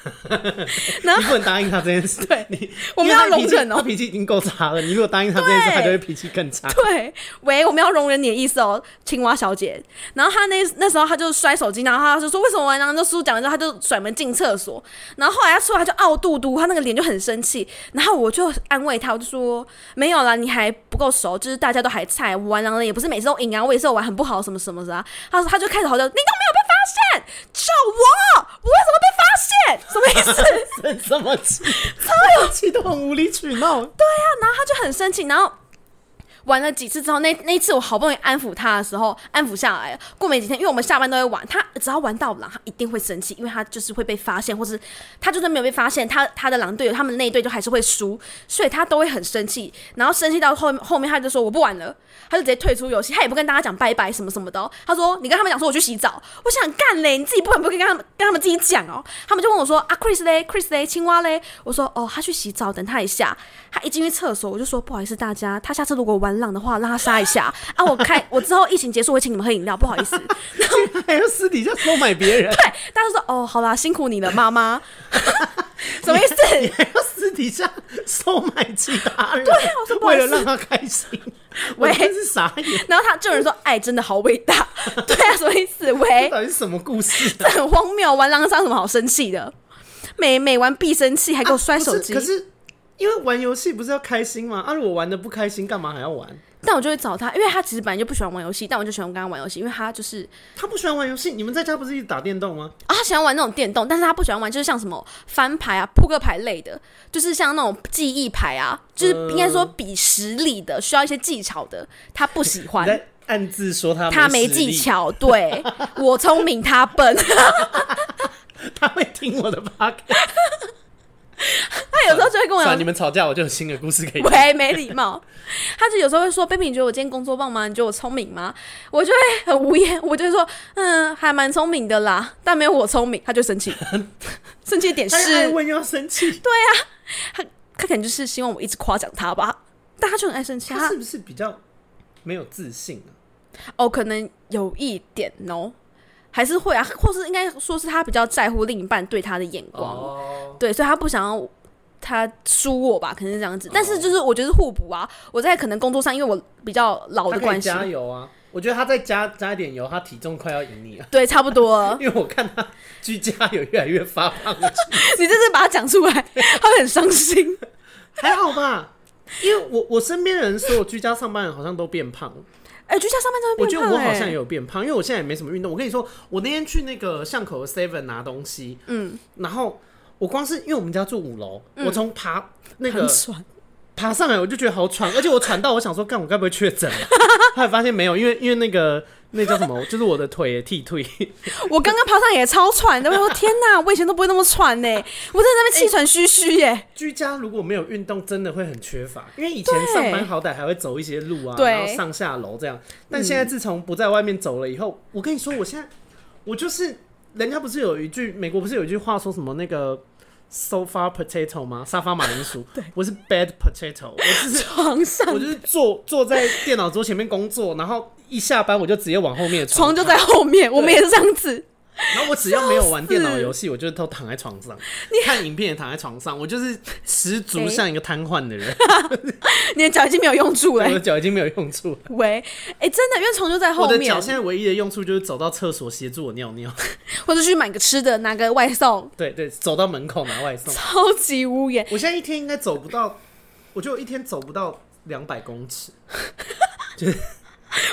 [SPEAKER 1] 你不能答应他这件事。
[SPEAKER 2] *laughs* 对
[SPEAKER 1] 你
[SPEAKER 2] 我们
[SPEAKER 1] 因为他
[SPEAKER 2] 要容
[SPEAKER 1] 脾气
[SPEAKER 2] 忍哦
[SPEAKER 1] 他脾气已经够差了，你如果答应他这件事，
[SPEAKER 2] 对
[SPEAKER 1] 他就会脾气更 *laughs* 差。
[SPEAKER 2] 对，喂，我们要容忍你的意思哦，青蛙小姐。然后她那那时候她就摔手机，然后她就说为嗯什么玩狼人输？讲完之后，她就甩门进厕所。然后后来她出来就傲嘟嘟，她那个脸就很生气。然后我就安慰她，我就说没有啦，你还不够熟，就是大家都还菜，我玩狼人也不是每次都赢啊，我也是有玩很不好什么什么的啊。她说她就开始嚎叫，你都没有被发现，就我，我为什么被发现？什么意思？ *laughs*
[SPEAKER 1] *laughs* 生什么气？超有气都很无理取闹。
[SPEAKER 2] 啊然后他就很生气，然后。玩了几次之后，那那一次我好不容易安抚他的时候，安抚下来了。过没几天，因为我们下班都会玩，他只要玩到狼，他一定会生气，因为他就是会被发现，或是他就算没有被发现，他他的狼队友他们那一队就还是会输，所以他都会很生气。然后生气到后后面他就说我不玩了，他就直接退出游戏，他也不跟大家讲拜拜什么什么的、哦。他说你跟他们讲说我去洗澡，我想干嘞，你自己不敢不跟他们跟他们自己讲哦。他们就问我说啊 Chris 嘞，Chris 嘞，青蛙嘞，我说哦他去洗澡，等他一下。他一进去厕所，我就说不好意思大家，他下次如果玩浪的话，让他杀一下啊。我开我之后疫情结束我会请你们喝饮料，不好意思。
[SPEAKER 1] 还要私底下收买别人，
[SPEAKER 2] 对，大家就说哦好啦，辛苦你了妈妈，什么意思？
[SPEAKER 1] 还要私底下收买其他人，
[SPEAKER 2] 对啊我说不好
[SPEAKER 1] 为
[SPEAKER 2] 意思
[SPEAKER 1] 了让他开心，我
[SPEAKER 2] 喂
[SPEAKER 1] 真是傻眼，
[SPEAKER 2] 然后他就有人说爱真的好伟大，对啊，什么意思？喂
[SPEAKER 1] 这，到底是什么故事啊？
[SPEAKER 2] 这很 *laughs* 荒谬，玩狼人杀有什么好生气的？每每玩必生气，还给我摔手机、
[SPEAKER 1] 啊不是可是因为玩游戏不是要开心吗？啊，如果玩的不开心，干嘛还要玩？
[SPEAKER 2] 但我就会找他，因为他其实本来就不喜欢玩游戏，但我就喜欢跟他玩游戏，因为他就是
[SPEAKER 1] 他不喜欢玩游戏，你们在家不是一直打电动吗？
[SPEAKER 2] 啊，他喜欢玩那种电动，但是他不喜欢玩就是像什么翻牌啊、扑克牌类的，就是像那种记忆牌啊，就是应该说比实力的，需要一些技巧的，他不喜
[SPEAKER 1] 你
[SPEAKER 2] 欢。
[SPEAKER 1] 在暗自说他
[SPEAKER 2] 啊他
[SPEAKER 1] 没
[SPEAKER 2] 没
[SPEAKER 1] 实力
[SPEAKER 2] 技，巧，对我聪明，他
[SPEAKER 1] *laughs*
[SPEAKER 2] 笨。*laughs*
[SPEAKER 1] 他会听我的
[SPEAKER 2] 啊
[SPEAKER 1] podcast。
[SPEAKER 2] 他有时候就会跟我
[SPEAKER 1] 算了，
[SPEAKER 2] 讲
[SPEAKER 1] 你们吵架，我就有新的故事可以。
[SPEAKER 2] 喂，没礼貌。他就有时候会说：“baby，你觉得我今天工作棒吗？你觉得我聪明吗？”我就会很无言，我就会说：“嗯，还蛮聪明的啦，但没有我聪明。”他就
[SPEAKER 1] *laughs*
[SPEAKER 2] 生气，生气的点
[SPEAKER 1] 他爱
[SPEAKER 2] 是，
[SPEAKER 1] 问又要生气，
[SPEAKER 2] 他可能就是希望我一直夸奖他吧，但他就很爱生气。
[SPEAKER 1] 他
[SPEAKER 2] 他
[SPEAKER 1] 是不是比较没有自信啊？
[SPEAKER 2] 哦，可能有一点哦，还是会啊，或是应该说是他比较在乎另一半对他的眼光，
[SPEAKER 1] 哦，
[SPEAKER 2] 对，所以他不想要。他输我吧，可能是这样子，但
[SPEAKER 1] 哦
[SPEAKER 2] 是就是我觉得是互补啊。我在可能工作上，因为我比较
[SPEAKER 1] 他
[SPEAKER 2] 老的
[SPEAKER 1] 可以
[SPEAKER 2] 关系，
[SPEAKER 1] 加油啊！我觉得他再加加一点油，他体重快要赢你了。啊
[SPEAKER 2] 对，差不多 *laughs*
[SPEAKER 1] *laughs*
[SPEAKER 2] 了。
[SPEAKER 1] 因为我看他居家有越来越发胖啊的趋势，
[SPEAKER 2] 你这次把它讲出来，他会很伤心。
[SPEAKER 1] 还好吧？因为我我身边的人说我居家上班人好像都变胖了，
[SPEAKER 2] *laughs* 哎、居家上班真的
[SPEAKER 1] 我
[SPEAKER 2] 会
[SPEAKER 1] 觉
[SPEAKER 2] 变
[SPEAKER 1] 得
[SPEAKER 2] 胖、欸、
[SPEAKER 1] 我好像也有变胖，因为我现在也没什么运动。我跟你说，我那天去那个巷口的 Seven 拿东西，嗯，然后我光是因为我们家住五楼，我从爬那个
[SPEAKER 2] 很爽，
[SPEAKER 1] 爬上来我就觉得好喘，而且我喘到我想说，干我该不会确诊啊？后来发现没有，因为因为那个那叫什么，就是我的腿也剃退，
[SPEAKER 2] 我刚刚爬上也超喘的，
[SPEAKER 1] *laughs*
[SPEAKER 2] 我说天哪，我以前都不会那么喘呢、我在那边气喘吁吁耶。
[SPEAKER 1] 居家如果没有运动，真的会很缺乏。因为以前
[SPEAKER 2] 对
[SPEAKER 1] 上班好歹还会走一些路啊，
[SPEAKER 2] 对
[SPEAKER 1] 然后上下楼这样。但现在自从不在外面走了以后，我跟你说，我现在我就是人家不是有一句美国不是有一句话说什么那个 sofa potato 吗？沙发马铃薯。我是 bed potato，我就是
[SPEAKER 2] 床上
[SPEAKER 1] 我就是坐坐在电脑桌前面工作，然后一下班我就直接往后面的
[SPEAKER 2] 床就
[SPEAKER 1] 躺
[SPEAKER 2] 在后面，我们也是这样子。
[SPEAKER 1] 然后我只要没有玩电脑游戏，我就都躺在床上，看影片也躺在床上，我就是十足
[SPEAKER 2] 哎
[SPEAKER 1] 像一个瘫痪的人，
[SPEAKER 2] 你的脚已经没有用处了、
[SPEAKER 1] *laughs*
[SPEAKER 2] 欸
[SPEAKER 1] 我的脚已经没有用处了。
[SPEAKER 2] 喂，哎、真的，因为床就在后
[SPEAKER 1] 我的
[SPEAKER 2] 面
[SPEAKER 1] 脚，现在唯一的用处就是走到厕所协助我尿尿，
[SPEAKER 2] 或者去买个吃的，拿个外送，
[SPEAKER 1] 对对，走到门口拿外送。
[SPEAKER 2] 超级无言。
[SPEAKER 1] 我现在一天应该走不到，我就一天走不到两百公尺，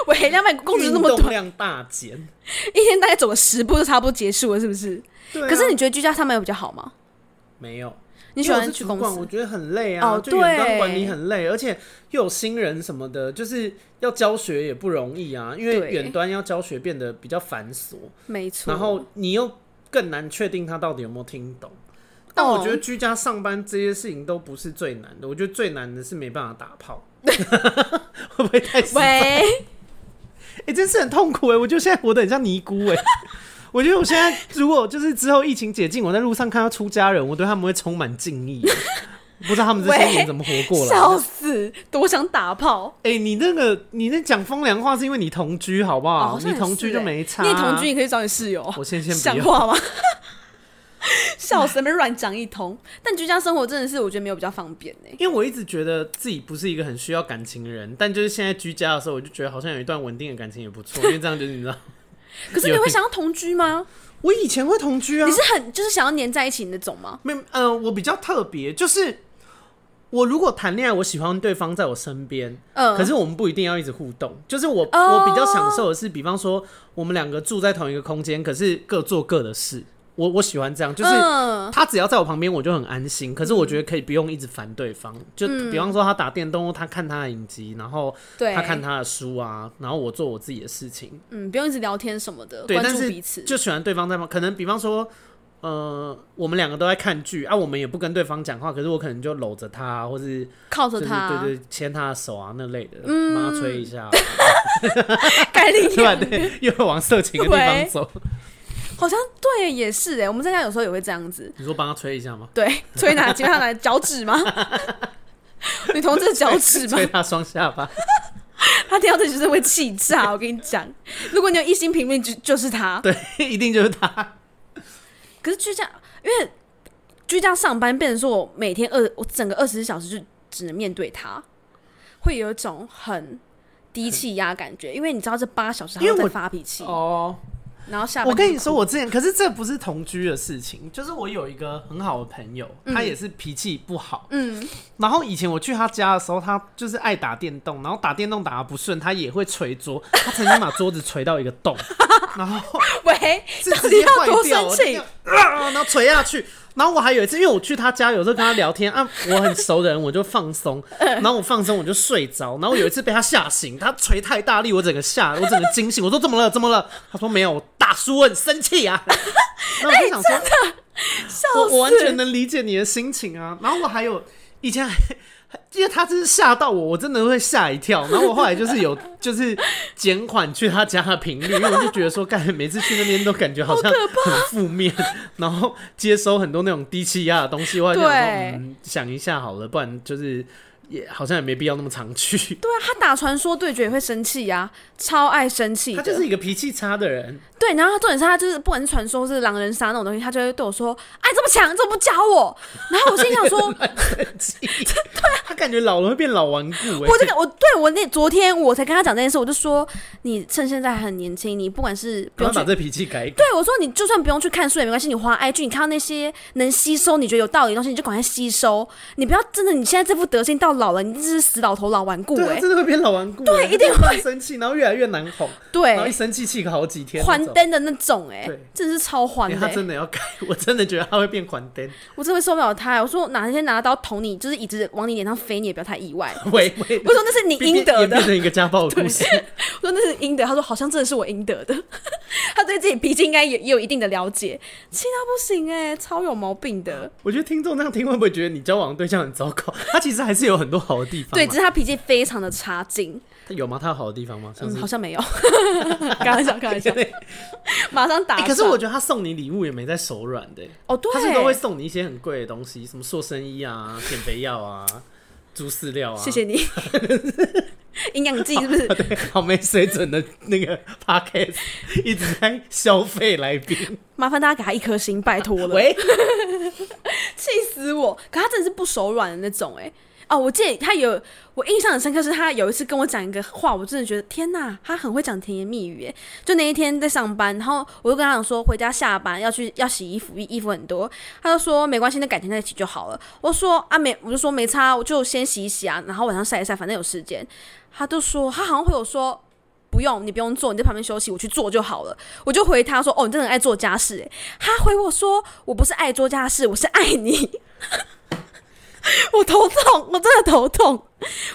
[SPEAKER 2] 喂，两百公尺那么
[SPEAKER 1] 运动
[SPEAKER 2] 短，
[SPEAKER 1] 量大减。
[SPEAKER 2] 一天大概走了十步就差不多结束了，是不是？
[SPEAKER 1] 对啊、
[SPEAKER 2] 可是你觉得居家上班有比较好吗？
[SPEAKER 1] 没有，
[SPEAKER 2] 你喜
[SPEAKER 1] 因为我
[SPEAKER 2] 欢
[SPEAKER 1] 是
[SPEAKER 2] 去
[SPEAKER 1] 主
[SPEAKER 2] 公
[SPEAKER 1] 管我
[SPEAKER 2] 司？
[SPEAKER 1] 觉得很累啊，
[SPEAKER 2] 哦
[SPEAKER 1] 就远端
[SPEAKER 2] 对
[SPEAKER 1] 管理很累，而且又有新人什么的，就是要教学也不容易啊，因为
[SPEAKER 2] 对
[SPEAKER 1] 远端要教学变得比较繁琐，
[SPEAKER 2] 没错。
[SPEAKER 1] 然后你又更难确定他到底有没有听懂。但我觉得居家上班这些事情都不是最难的，我觉得最难的是没办法打炮， *laughs*
[SPEAKER 2] *laughs*
[SPEAKER 1] 会不会太实在？哎、*laughs*
[SPEAKER 2] 喂，
[SPEAKER 1] 真是很痛苦哎、我觉得现在活得很像尼姑哎、我觉得我现在如果就是之后疫情解禁，我在路上看到出家人，我对他们会充满敬意。欸不知道他们这些年怎么活过来
[SPEAKER 2] 笑
[SPEAKER 1] 的？
[SPEAKER 2] 死，多想打炮。
[SPEAKER 1] 哎、你那个你那讲风凉话是因为你同居好不好？
[SPEAKER 2] 哦
[SPEAKER 1] 你同居就没差、
[SPEAKER 2] 你也同居，你可以找你室友啊。
[SPEAKER 1] 我先先不
[SPEAKER 2] 想
[SPEAKER 1] 要。
[SPEAKER 2] 话吗？ *laughs* 笑死，没乱讲一通。但居家生活真的是，我觉得没有比较方便欸呢、
[SPEAKER 1] 因为我一直觉得自己不是一个很需要感情的人，但就是现在居家的时候，我就觉得好像有一段稳定的感情也不错，因为这样就是你
[SPEAKER 2] *laughs*
[SPEAKER 1] 知道，
[SPEAKER 2] 可是你会想要同居吗？
[SPEAKER 1] 我以前会同居啊
[SPEAKER 2] 你，是很就是想要黏在一起那种吗？
[SPEAKER 1] 没呃，我比较特别，就是我如果谈恋爱，我喜欢对方在我身边，
[SPEAKER 2] 嗯，
[SPEAKER 1] 可是我们不一定要一直互动，就是我、
[SPEAKER 2] 哦
[SPEAKER 1] 我比较享受的是，比方说我们两个住在同一个空间，可是各做各的事，我我喜欢这样，就是。
[SPEAKER 2] 嗯
[SPEAKER 1] 他只要在我旁边，我就很安心。可是我觉得可以不用一直烦对方，就比方说他打电动，他看他的影集，然后
[SPEAKER 2] 嗯对，
[SPEAKER 1] 他看他的书啊，然后我做我自己的事情，
[SPEAKER 2] 嗯，不用一直聊天什么的，
[SPEAKER 1] 对，
[SPEAKER 2] 关
[SPEAKER 1] 但
[SPEAKER 2] 注
[SPEAKER 1] 是
[SPEAKER 2] 彼此。
[SPEAKER 1] 就喜欢对方在吗？可能比方说，呃，我们两个都在看剧啊，我们也不跟对方讲话，可是我可能就搂着他，或是
[SPEAKER 2] 靠
[SPEAKER 1] 就
[SPEAKER 2] 着
[SPEAKER 1] 是
[SPEAKER 2] 他，嗯
[SPEAKER 1] 对对牵他的手啊那类的，帮他吹一
[SPEAKER 2] *laughs*
[SPEAKER 1] 下，对
[SPEAKER 2] 该领
[SPEAKER 1] 吧？*laughs*
[SPEAKER 2] 养，
[SPEAKER 1] 对，又会往色情的地方
[SPEAKER 2] 喂
[SPEAKER 1] 走。
[SPEAKER 2] 好像对，也是哎、我们在家有时候也会这样子，
[SPEAKER 1] 你说帮他吹一下吗？
[SPEAKER 2] 对，所以拿接下来脚
[SPEAKER 1] *laughs*
[SPEAKER 2] 趾吗？女同志的脚趾吗
[SPEAKER 1] 吹？他双下巴， *laughs*
[SPEAKER 2] 他听到这就是会气炸， *laughs* 我跟你讲，如果你有一心评论，就就是他。
[SPEAKER 1] 对，一定就是他。
[SPEAKER 2] 可是居家，因为居家上班，变成说我每天二，我整个二十四小时就只能面对他，会有一种很低气压感觉，因为你知道这八小时他
[SPEAKER 1] 因为
[SPEAKER 2] 都在
[SPEAKER 1] 我
[SPEAKER 2] 发脾气，
[SPEAKER 1] 哦，
[SPEAKER 2] 然后下班
[SPEAKER 1] 我跟你
[SPEAKER 2] 就
[SPEAKER 1] 说，
[SPEAKER 2] 哭
[SPEAKER 1] 我之前可是这不是同居的事情，就是我有一个很好的朋友，他也是脾气不好，
[SPEAKER 2] 嗯，
[SPEAKER 1] 然后以前我去他家的时候，他就是爱打电动，然后打电动打的不顺，他也会捶桌。他曾经把桌子捶到一个洞，然后
[SPEAKER 2] *laughs* 喂，
[SPEAKER 1] 是
[SPEAKER 2] 到
[SPEAKER 1] 直
[SPEAKER 2] *laughs* 底
[SPEAKER 1] 接
[SPEAKER 2] 要
[SPEAKER 1] 坏
[SPEAKER 2] 多
[SPEAKER 1] 掉，
[SPEAKER 2] 生
[SPEAKER 1] 我就这
[SPEAKER 2] 气
[SPEAKER 1] 样？啊，然后捶下去。然后我还有一次，因为我去他家，有时候跟他聊天啊，我很熟的人，我就放
[SPEAKER 2] *laughs*
[SPEAKER 1] 松，
[SPEAKER 2] 嗯
[SPEAKER 1] 然后我放松我就睡着。然后有一次被他吓醒，他捶太大力，我整个吓，我整个惊醒。我说怎么了？怎么了？他说没有，我大叔我很生气啊。然后我就想说，
[SPEAKER 2] 笑
[SPEAKER 1] *laughs* 我我完
[SPEAKER 2] 死
[SPEAKER 1] 全能理解你的心情啊。然后我还有以前还，因为他真是吓到我，我真的会吓一跳。然后我后来就是有就是减缓去他家的频率，因为我就觉得说，干每次去那边都感觉好像很负面，然后接收很多那种低气压的东西，我还想说，
[SPEAKER 2] 对
[SPEAKER 1] 嗯，想一下好了，不然就是也好像也没必要那么常去。
[SPEAKER 2] 对啊，他打传说对决也会生气呀、超爱生气
[SPEAKER 1] 他
[SPEAKER 2] 的。
[SPEAKER 1] 就是一个脾气差的
[SPEAKER 2] *laughs*
[SPEAKER 1] 人，，
[SPEAKER 2] 对，然后他重点是他就是不管是传说或是狼人杀那种东西，他就会对我说：“哎，这么强，你怎么不教我？”然后我心想说
[SPEAKER 1] 很生气。啊他感觉老了会变老顽固、欸。
[SPEAKER 2] 我这个我对我那昨天我才跟他讲这件事，我就说你趁现在还很年轻，你不管是不
[SPEAKER 1] 然
[SPEAKER 2] 用
[SPEAKER 1] 后
[SPEAKER 2] 去
[SPEAKER 1] 把。这脾气改一改。
[SPEAKER 2] 对，我说你就算不用去看书也没关系，你滑 IG，你看到那些能吸收你觉得有道理的东西，你就赶快吸收。你不要真的你现在这副德性到老了，你真是死老头老顽固
[SPEAKER 1] 对
[SPEAKER 2] 哎、
[SPEAKER 1] 啊，真的会变老顽固欸，对
[SPEAKER 2] 一定哎
[SPEAKER 1] 会生气，然后越来越难哄，然后一
[SPEAKER 2] 对，
[SPEAKER 1] 生气气个好几天那
[SPEAKER 2] 还
[SPEAKER 1] 种，
[SPEAKER 2] 灯的那种哎、
[SPEAKER 1] 对
[SPEAKER 2] 真的是超还
[SPEAKER 1] 欸
[SPEAKER 2] 的、
[SPEAKER 1] 他
[SPEAKER 2] 欸，
[SPEAKER 1] 真的要改，我真的觉得他会变还
[SPEAKER 2] *laughs*
[SPEAKER 1] 灯，
[SPEAKER 2] 我真的会受不了他、欸。我说哪天拿刀捅你，就是椅子往你脸上飞，你也不要太
[SPEAKER 1] *laughs*
[SPEAKER 2] 意外。
[SPEAKER 1] 喂喂，
[SPEAKER 2] 我说那是你
[SPEAKER 1] 变
[SPEAKER 2] 应得
[SPEAKER 1] 演
[SPEAKER 2] 的
[SPEAKER 1] 变，成一个家暴的故事，
[SPEAKER 2] 我说那是应得，他说好像真的是我应得的， *laughs* 他对自己脾气应该也也有一定的了解，气到不行哎、超有毛病的。
[SPEAKER 1] 我觉得听众那样听会不会觉得你交往对象很糟糕？他其实还是有很多好的地方嘛。
[SPEAKER 2] 对，只是他脾气非常的差劲，
[SPEAKER 1] 他有吗？他有好的地方吗？像
[SPEAKER 2] 嗯，
[SPEAKER 1] 是
[SPEAKER 2] 好像
[SPEAKER 1] *laughs*
[SPEAKER 2] 没有，开玩笑，开玩笑，马上打
[SPEAKER 1] 哎、
[SPEAKER 2] 上、
[SPEAKER 1] 可是我觉得他送你礼物也没在手软的、欸
[SPEAKER 2] 哦，对，
[SPEAKER 1] 他是都会送你一些很贵的东西，什么塑身衣啊、减肥药啊、 *laughs* 猪饲料啊。
[SPEAKER 2] 谢谢你，
[SPEAKER 1] *laughs*
[SPEAKER 2] 营养剂是不是？
[SPEAKER 1] 对，好没水准的那个 podcast 一直在消费来宾。
[SPEAKER 2] 麻烦大家给他一颗星，拜托了，
[SPEAKER 1] 喂，
[SPEAKER 2] 气死我！可他真的是不手软的那种哎、哦，我记得他有，我印象很深刻，是他有一次跟我讲一个话，我真的觉得天呐，他很会讲甜言蜜语哎。就那一天在上班，然后我就跟他讲说，回家下班要去要洗衣服，衣服很多，他就说没关系，那改天再洗就好了。我说啊没，我就说没差，我就先洗一洗啊，然后晚上晒一晒，反正有时间。他就说他好像回我说。不用，你不用做，你在旁边休息，我去做就好了。我就回他说：“哦，你真的很爱做家事。”哎，他回我说：“我不是爱做家事，我是爱你。”我头痛，我真的头痛。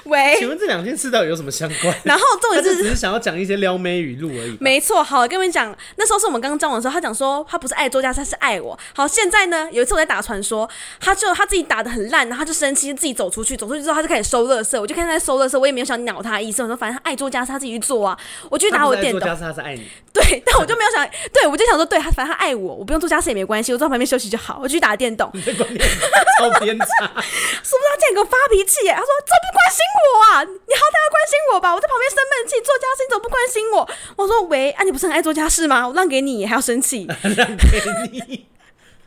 [SPEAKER 2] 喂，
[SPEAKER 1] *laughs* 请问这两件事到底有什么相关？
[SPEAKER 2] 然后重
[SPEAKER 1] *laughs* 他
[SPEAKER 2] 点
[SPEAKER 1] 就是只，是想要讲一些撩妹语录而已。
[SPEAKER 2] 没错，好，跟你们讲，那时候是我们刚交往的时候，他讲说他不是爱作家，他是爱我。好，现在呢，有一次我在打传说，他就他自己打的很烂，然后他就生气，自己走出去，走出去之后他就开始收垃圾，我就看他在收垃圾，我也没有想鸟他的意思，我说反正他爱作家是他自己去做啊，我就去打我的电
[SPEAKER 1] 他
[SPEAKER 2] 动
[SPEAKER 1] 不，是在做家事，他是爱你。 *laughs*
[SPEAKER 2] 对，但我就没有想，对我就想说，对他反正他爱我，我不用做家事也没关系，我坐在旁边休息就好，我去打电动，
[SPEAKER 1] 你的观念超偏差。
[SPEAKER 2] 是不是他竟然给我发脾气耶？他说：“这不关心我啊，你好歹要关心我吧！我在旁边生闷气，做家事你怎么不关心我？”我说：“喂，啊，你不是很爱做家事吗？我让给你，还要生气。
[SPEAKER 1] *laughs* 让给你。
[SPEAKER 2] *laughs*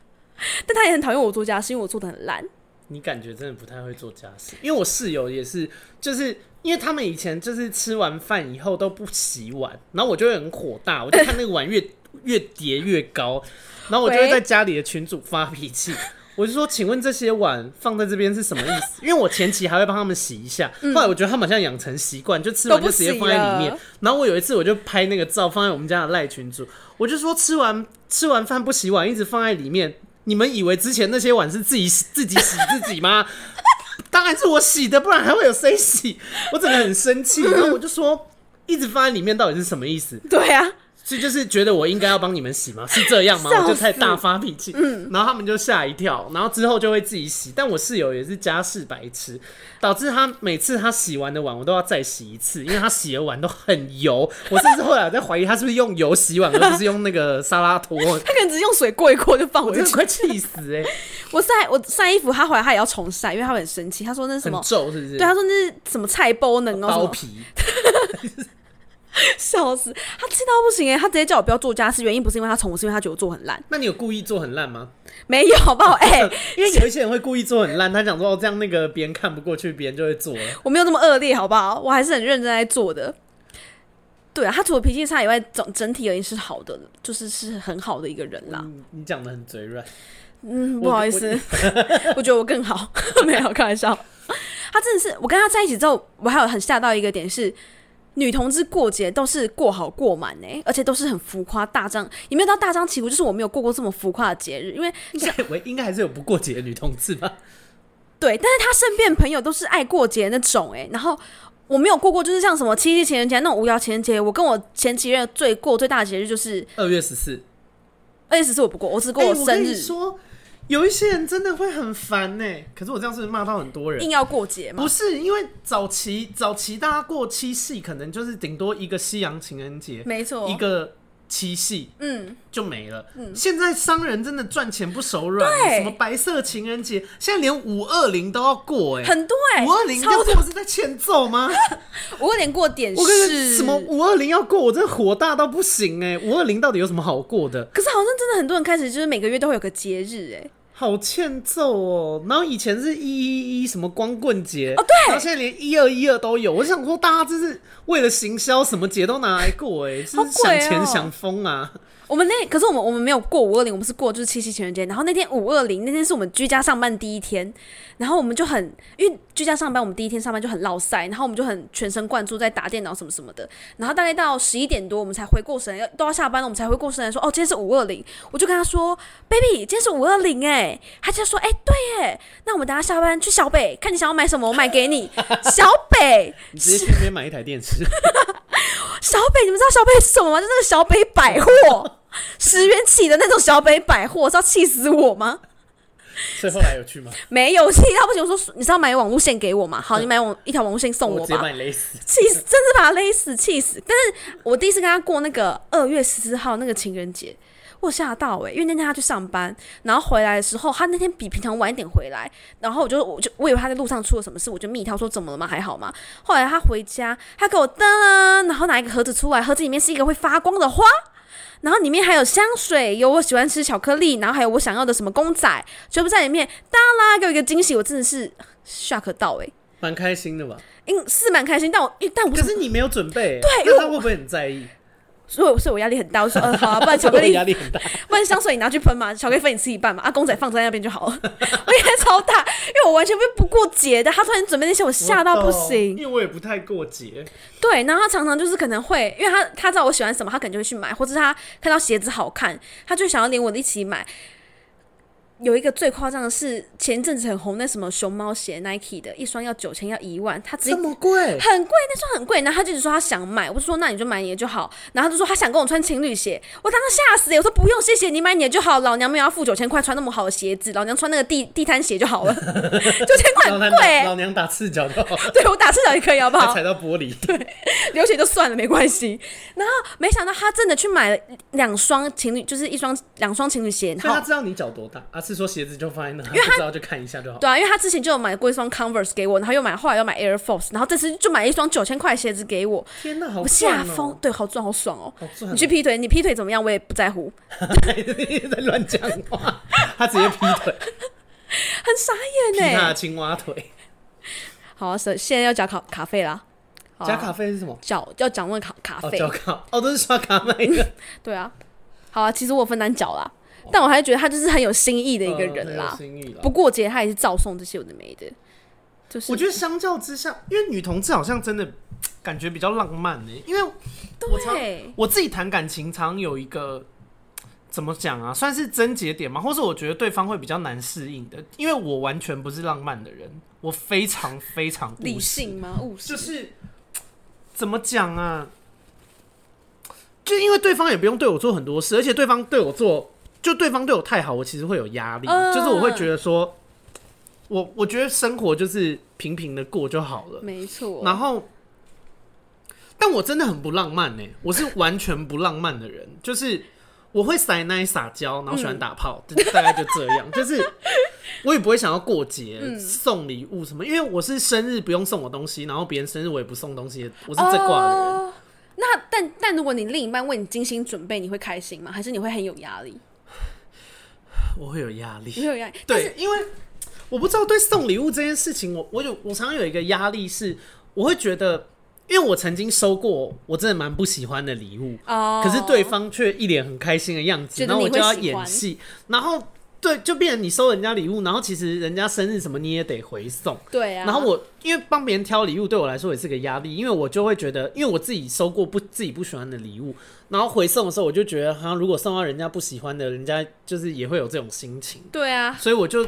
[SPEAKER 2] 但他也很讨厌我做家事，因为我做的很烂。
[SPEAKER 1] 你感觉真的不太会做家事，因为我室友也是，就是因为他们以前就是吃完饭以后都不洗碗，然后我就会很火大，我就看那个碗越越叠越高，然后我就会
[SPEAKER 2] 喂
[SPEAKER 1] 在家里的群组发脾气。我就说，请问这些碗放在这边是什么意思？ *laughs* 因为我前期还会帮他们洗一下，后来我觉得他们好像养成习惯，就吃完
[SPEAKER 2] 嗯都
[SPEAKER 1] 就
[SPEAKER 2] 不
[SPEAKER 1] 直
[SPEAKER 2] 洗
[SPEAKER 1] 接放在里面
[SPEAKER 2] 了。
[SPEAKER 1] 然后我有一次我就拍那个照放在我们家的赖群组，我就说吃完吃完饭不洗碗，一直放在里面。你们以为之前那些碗是自己洗自己洗 *laughs* 自己吗？当然是我洗的，不然还会有谁洗？我整个很生气，然后我就说，一直放在里面到底是什么意思？
[SPEAKER 2] 对啊，
[SPEAKER 1] 所以就是觉得我应该要帮你们洗吗？ *laughs* 是这样吗？
[SPEAKER 2] 笑死嗯
[SPEAKER 1] 我就太大发脾气，然后他们就吓一跳，然后之后就会自己洗。但我室友也是家事白痴，导致他每次他洗完的碗我都要再洗一次，因为他洗的碗都很油。我甚至后来有在怀疑他是不是用油洗碗，而不是用那个沙拉
[SPEAKER 2] *laughs*
[SPEAKER 1] 拖。
[SPEAKER 2] 他可能只是用水过一过就放
[SPEAKER 1] 我
[SPEAKER 2] 回
[SPEAKER 1] 真的
[SPEAKER 2] 去。
[SPEAKER 1] 快气死哎、欸，
[SPEAKER 2] 我晒我晒衣服，他回来他也要重晒，因为他会很生气。他说那是 *laughs* 什
[SPEAKER 1] 很
[SPEAKER 2] 么？
[SPEAKER 1] 皱是不是？
[SPEAKER 2] 对，他说那是什么菜包能哦，什
[SPEAKER 1] 包
[SPEAKER 2] 么
[SPEAKER 1] 皮。
[SPEAKER 2] 笑死，他气到不行哎、他直接叫我不要做家事，原因不是因为他宠我，是因为他觉得我做很烂，
[SPEAKER 1] 那你有故意做很烂吗？
[SPEAKER 2] 没有好不
[SPEAKER 1] *laughs*
[SPEAKER 2] 好？哎、
[SPEAKER 1] 因为有一些人会故意做很烂，他想说哦这样那个别人看不过去，别人就会做了。
[SPEAKER 2] 我没有那么恶劣，好不好？我还是很认真在做的。对啊，他除了脾气差以外，整整体而言是好的，就是是很好的一个人啦。
[SPEAKER 1] 嗯你讲的很嘴软，
[SPEAKER 2] 嗯，
[SPEAKER 1] 我
[SPEAKER 2] 不好意思， *laughs* 我觉得我更好，没有开玩笑。他真的是，我跟他在一起之后，我还有很吓到一个点是，女同志过节都是过好过满呢、而且都是很浮夸大张，也没有到大张旗鼓，就是我没有过过这么浮夸的节日，因为
[SPEAKER 1] *laughs* 应该我应该还是有不过节的女同志吧？
[SPEAKER 2] 对，但是他身边的朋友都是爱过节那种哎、然后我没有过过，就是像什么七夕情人节那种无聊情人节，我跟我前几任最过最大的节日就是
[SPEAKER 1] 二月十四，
[SPEAKER 2] 二月十四我不过，我只过
[SPEAKER 1] 哎我
[SPEAKER 2] 生
[SPEAKER 1] 跟你
[SPEAKER 2] 日，
[SPEAKER 1] 说，有一些人真的会很烦呢、可是我这样是不是骂到很多人
[SPEAKER 2] 硬？要过节嘛
[SPEAKER 1] 不。是，因为早期早期大家过七夕，可能就是顶多一个西洋情人节，
[SPEAKER 2] 没错，
[SPEAKER 1] 一个七夕，
[SPEAKER 2] 嗯，
[SPEAKER 1] 就没了。现在商人真的赚钱不手软，
[SPEAKER 2] 对
[SPEAKER 1] 什么白色情人节，现在连五二零都要过哎、
[SPEAKER 2] 很多哎、
[SPEAKER 1] 五二零
[SPEAKER 2] 超
[SPEAKER 1] 要
[SPEAKER 2] 多，
[SPEAKER 1] 过是在欠揍吗？
[SPEAKER 2] 我有点过点
[SPEAKER 1] 我跟你说
[SPEAKER 2] 是
[SPEAKER 1] 什么五二零要过，我真的火大到不行哎、五二零到底有什么好过的？
[SPEAKER 2] 可是好像真的很多人开始就是每个月都会有个节日哎、
[SPEAKER 1] 好欠揍哦！然后以前是一一一什么光棍节，哦对，然后现在连一二一二都有。我想说，大家这是为了行销，什么节都拿来过、哎，
[SPEAKER 2] 好
[SPEAKER 1] 真是
[SPEAKER 2] 鬼
[SPEAKER 1] 想
[SPEAKER 2] 哦
[SPEAKER 1] 钱想疯啊！
[SPEAKER 2] 我们那可是我们我们没有过五二零，我们是过就是七夕情人节。然后那天五二零那天是我们居家上班第一天，然后我们就很因为居家上班，我们第一天上班就很落塞，然后我们就很全神贯注在打电脑什么什么的。然后大概到十一点多我们才回过神，要呃都要下班了，我们才回过神来说哦今天是五二零，我就跟他说 baby 今天是五二零哎，他就说哎、对耶，那我们等下下班去小北看你想要买什么，我买给你。小北
[SPEAKER 1] 你直接去那边买一台电
[SPEAKER 2] *laughs*
[SPEAKER 1] 视，
[SPEAKER 2] 小北，你们知道小北是什么吗？就那个小北百货，十元起的那种小北百货，是要气死我吗？
[SPEAKER 1] 所以后来有去吗？
[SPEAKER 2] 没有气到不行，我说你是要买网路线给我吗？好，你买网一条网路线送
[SPEAKER 1] 直接把
[SPEAKER 2] 吧。
[SPEAKER 1] 你勒死。
[SPEAKER 2] 气死，真是把他勒死，气死！但是我第一次跟他过那个二月十四号那个情人节，我有吓到哎、因为那天他去上班，然后回来的时候，他那天比平常晚一点回来，然后我就我就我以为他在路上出了什么事，我就密他说怎么了吗？还好吗？后来他回家，他给我噔，然后拿一个盒子出来，盒子里面是一个会发光的花。然后里面还有香水，有我喜欢吃巧克力，然后还有我想要的什么公仔，全部在里面。当啦，给我一个惊喜，我真的是 shock 到哎、欸，
[SPEAKER 1] 蛮开心的吧？
[SPEAKER 2] 嗯，是蛮开心，但我但我
[SPEAKER 1] 可是你没有准备欸，
[SPEAKER 2] 对
[SPEAKER 1] 那
[SPEAKER 2] 我
[SPEAKER 1] 他会不会很在意？
[SPEAKER 2] 所以我所以我压力很大。
[SPEAKER 1] *laughs*
[SPEAKER 2] 我说，嗯，好啊，不然巧克
[SPEAKER 1] 我
[SPEAKER 2] 力
[SPEAKER 1] 压，力很大。
[SPEAKER 2] 不然香水你拿去喷嘛，巧克力粉你吃一半嘛，啊，公仔放在那边就好了。我压力超大，因为我完全被不过节的，他突然准备那些，我吓到不
[SPEAKER 1] 因
[SPEAKER 2] 行。
[SPEAKER 1] 为我也不太过节，
[SPEAKER 2] 对，然后他常常就是可能会，因为他他知道我喜欢什么，他可能就会去买，或者是他看到鞋子好看，他就想要连我的一起买。有一个最夸张的是，前阵子很红那什么熊猫鞋 Nike 的，一双要九千，要一万，他直接
[SPEAKER 1] 这么贵，
[SPEAKER 2] 很贵，那双很贵。然后他就一直说他想买，我就说那你就买你的就好。然后他就说他想跟我穿情侣鞋，我当时吓死、欸，我说不用，谢谢你买你的就好，老娘没有要付九千块穿那么好的鞋子，老娘穿那个地地摊鞋
[SPEAKER 1] *laughs*
[SPEAKER 2] 就好了，九千块
[SPEAKER 1] 老
[SPEAKER 2] 很
[SPEAKER 1] 娘
[SPEAKER 2] 贵
[SPEAKER 1] 打
[SPEAKER 2] 欸、
[SPEAKER 1] 老娘打赤脚的，
[SPEAKER 2] 对我打赤脚也可以，好不
[SPEAKER 1] 还
[SPEAKER 2] 好
[SPEAKER 1] 踩？到玻璃。
[SPEAKER 2] 流血就算了，没关系。然后没想到他真的去买了两双情侣，就是一双两双情侣鞋，
[SPEAKER 1] 所
[SPEAKER 2] 然
[SPEAKER 1] 以他
[SPEAKER 2] 后。
[SPEAKER 1] 知道你脚多大，而啊是说鞋子就放在那，不知道就看一下就好。
[SPEAKER 2] 对啊，因为他之前就有买过一双 Converse 给我，然后又买，后来又买 Air Force，然后这次就买了一双九千块的鞋子给我，
[SPEAKER 1] 天哪，好
[SPEAKER 2] 我吓
[SPEAKER 1] 赚哦
[SPEAKER 2] 疯，，对，好赚，好爽哦！
[SPEAKER 1] 好赚哦！*laughs*
[SPEAKER 2] 你去劈腿，你劈腿怎么样，我也不在乎，
[SPEAKER 1] 你在乱讲话，他直接劈
[SPEAKER 2] *laughs*
[SPEAKER 1] 腿，
[SPEAKER 2] 很傻
[SPEAKER 1] 劈
[SPEAKER 2] 眼
[SPEAKER 1] 他
[SPEAKER 2] 呢
[SPEAKER 1] 的。青蛙腿。
[SPEAKER 2] 好、啊，是现在要讲卡卡费啦，好啊
[SPEAKER 1] 加卡费是什么？
[SPEAKER 2] 缴要讲那个卡卡
[SPEAKER 1] 哦，
[SPEAKER 2] 费，
[SPEAKER 1] 交卡哦，都是刷卡买的
[SPEAKER 2] 对啊，好啊，其实我有分担缴啦，但我还是觉得他就是很有心意的 *laughs* 一个人
[SPEAKER 1] 呃很
[SPEAKER 2] 啦
[SPEAKER 1] 有。心意啦
[SPEAKER 2] 不过节他也是照送这些有的没的，就是
[SPEAKER 1] 我觉得相较之下，因为女同志好像真的感觉比较浪漫呢、因为我常
[SPEAKER 2] 对，
[SPEAKER 1] 我自己谈感情常有一个怎么讲啊，算是症结点嘛，或是我觉得对方会比较难适应的，因为我完全不是浪漫的人，我非常非常务实
[SPEAKER 2] 理性，吗？务实
[SPEAKER 1] 就，是怎么讲啊？就因为对方也不用对我做很多事，而且对方对我做，就对方对我太好，我其实会有压力，
[SPEAKER 2] 嗯
[SPEAKER 1] 就是我会觉得说，我我觉得生活就是平平的过就好了，
[SPEAKER 2] 没错。
[SPEAKER 1] 然后，但我真的很不浪漫呢、我是完全不浪漫的人， *laughs* 就是我会撒奶撒娇，然后喜欢打炮，
[SPEAKER 2] 嗯
[SPEAKER 1] 就大概就这
[SPEAKER 2] *laughs*
[SPEAKER 1] 样。就是我也不会想要过节、
[SPEAKER 2] 嗯
[SPEAKER 1] 送礼物什么，因为我是生日不用送我东西，然后别人生日我也不送东西，我是这挂的人。
[SPEAKER 2] 哦那但但如果你另一半为你精心准备，你会开心吗？还是你会很有压力？
[SPEAKER 1] 我会有压力。
[SPEAKER 2] 你会有压力？但是
[SPEAKER 1] 对，因为我不知道对送礼物这件事情，我我有我常常有一个压力是，我会觉得，因为我曾经收过我真的蛮不喜欢的礼物，
[SPEAKER 2] 哦，
[SPEAKER 1] 可是对方却一脸很开心的样子，
[SPEAKER 2] 觉得
[SPEAKER 1] 然后我
[SPEAKER 2] 你
[SPEAKER 1] 就
[SPEAKER 2] 会
[SPEAKER 1] 要
[SPEAKER 2] 喜
[SPEAKER 1] 演
[SPEAKER 2] 欢
[SPEAKER 1] 戏，然后对，就变成你收人家礼物，然后其实人家生日什么你也得回送。
[SPEAKER 2] 对啊，
[SPEAKER 1] 然后我因为帮别人挑礼物对我来说也是个压力，因为我就会觉得，因为我自己收过不自己不喜欢的礼物，然后回送的时候我就觉得，哈，如果送到人家不喜欢的，人家就是也会有这种心情，
[SPEAKER 2] 对啊，
[SPEAKER 1] 所以我就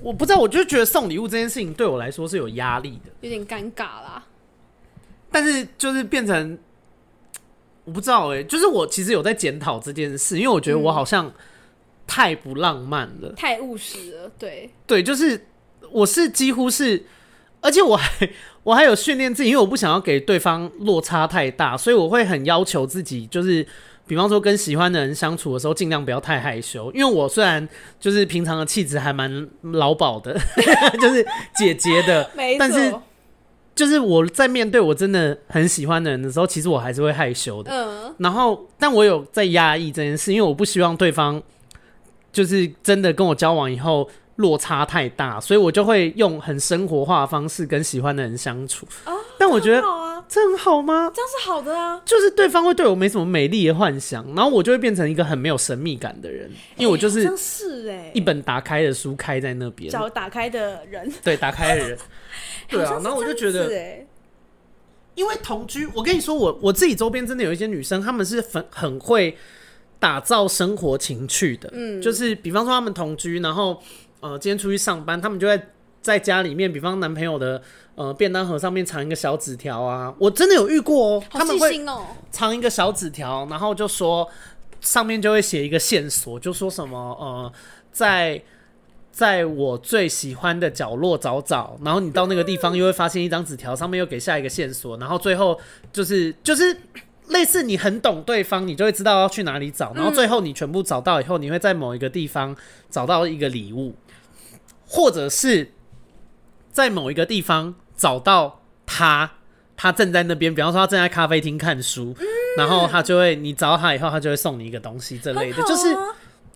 [SPEAKER 1] 我不知道，我就觉得送礼物这件事情对我来说是有压力的。
[SPEAKER 2] 有点尴尬啦。
[SPEAKER 1] 但是就是变成，我不知道哎、就是我其实有在检讨这件事，因为我觉得我好像太不浪漫了。
[SPEAKER 2] 太务实了，对，
[SPEAKER 1] 对，就是我是几乎是，而且我还 *laughs* 我还有训练自己，因为我不想要给对方落差太大，所以我会很要求自己，就是。比方说，跟喜欢的人相处的时候，尽量不要太害羞。因为我虽然就是平常的气质还蛮老鸨的， *laughs* 就是姐姐的，
[SPEAKER 2] 没
[SPEAKER 1] 但是就是我在面对我真的很喜欢的人的时候，其实我还是会害羞的。
[SPEAKER 2] 嗯，
[SPEAKER 1] 然后，但我有在压抑这件事，因为我不希望对方就是真的跟我交往以后落差太
[SPEAKER 3] 哦
[SPEAKER 1] 大，所以我就会用很生活化的方式跟喜欢的人相处。但我觉得
[SPEAKER 2] 好啊，
[SPEAKER 1] 这很好吗？
[SPEAKER 3] 这样是好的啊。
[SPEAKER 1] 就是对方会对我没什么美丽的幻想，然后我就会变成一个很没有神秘感的人，因为我就
[SPEAKER 3] 哎好
[SPEAKER 1] 是
[SPEAKER 3] 像是哎、
[SPEAKER 1] 一本打开的书开在那边，
[SPEAKER 3] 脚打开的人，
[SPEAKER 1] 对，打
[SPEAKER 3] *laughs*
[SPEAKER 1] 开的人， *laughs* 对啊
[SPEAKER 3] 好像，是
[SPEAKER 1] 然后我就觉
[SPEAKER 3] 这样子
[SPEAKER 1] 得，
[SPEAKER 2] 哎
[SPEAKER 3] 欸
[SPEAKER 1] 因为同居，我跟你说，我我自己周边真的有一些女生，她们是很很会打造生活情趣的，嗯，就是比方说她们同居，然后呃，今天出去上班，她们就在在家里面，比方男朋友的呃便当盒上面藏一个小纸条啊，我真的有遇过哦，
[SPEAKER 3] 好
[SPEAKER 1] 他们
[SPEAKER 3] 细
[SPEAKER 1] 会
[SPEAKER 3] 心哦、
[SPEAKER 1] 藏一个小纸条，然后就说上面就会写一个线索，就说什么呃，在在我最喜欢的角落找找，然后你到那个地方又会发现一张纸条，上面又给下一个线索，然后最后就是就是。类似你很懂对方，你就会知道要去哪里找，
[SPEAKER 3] 嗯
[SPEAKER 1] 然后最后你全部找到以后，你会在某一个地方找到一个礼物，或者是在某一个地方找到他，他正在那边，比方说他正在咖啡厅看书，
[SPEAKER 3] 嗯
[SPEAKER 1] 然后他就会你找到他以后，他就会送你一个东西这类的，
[SPEAKER 3] 很好啊
[SPEAKER 1] 就是，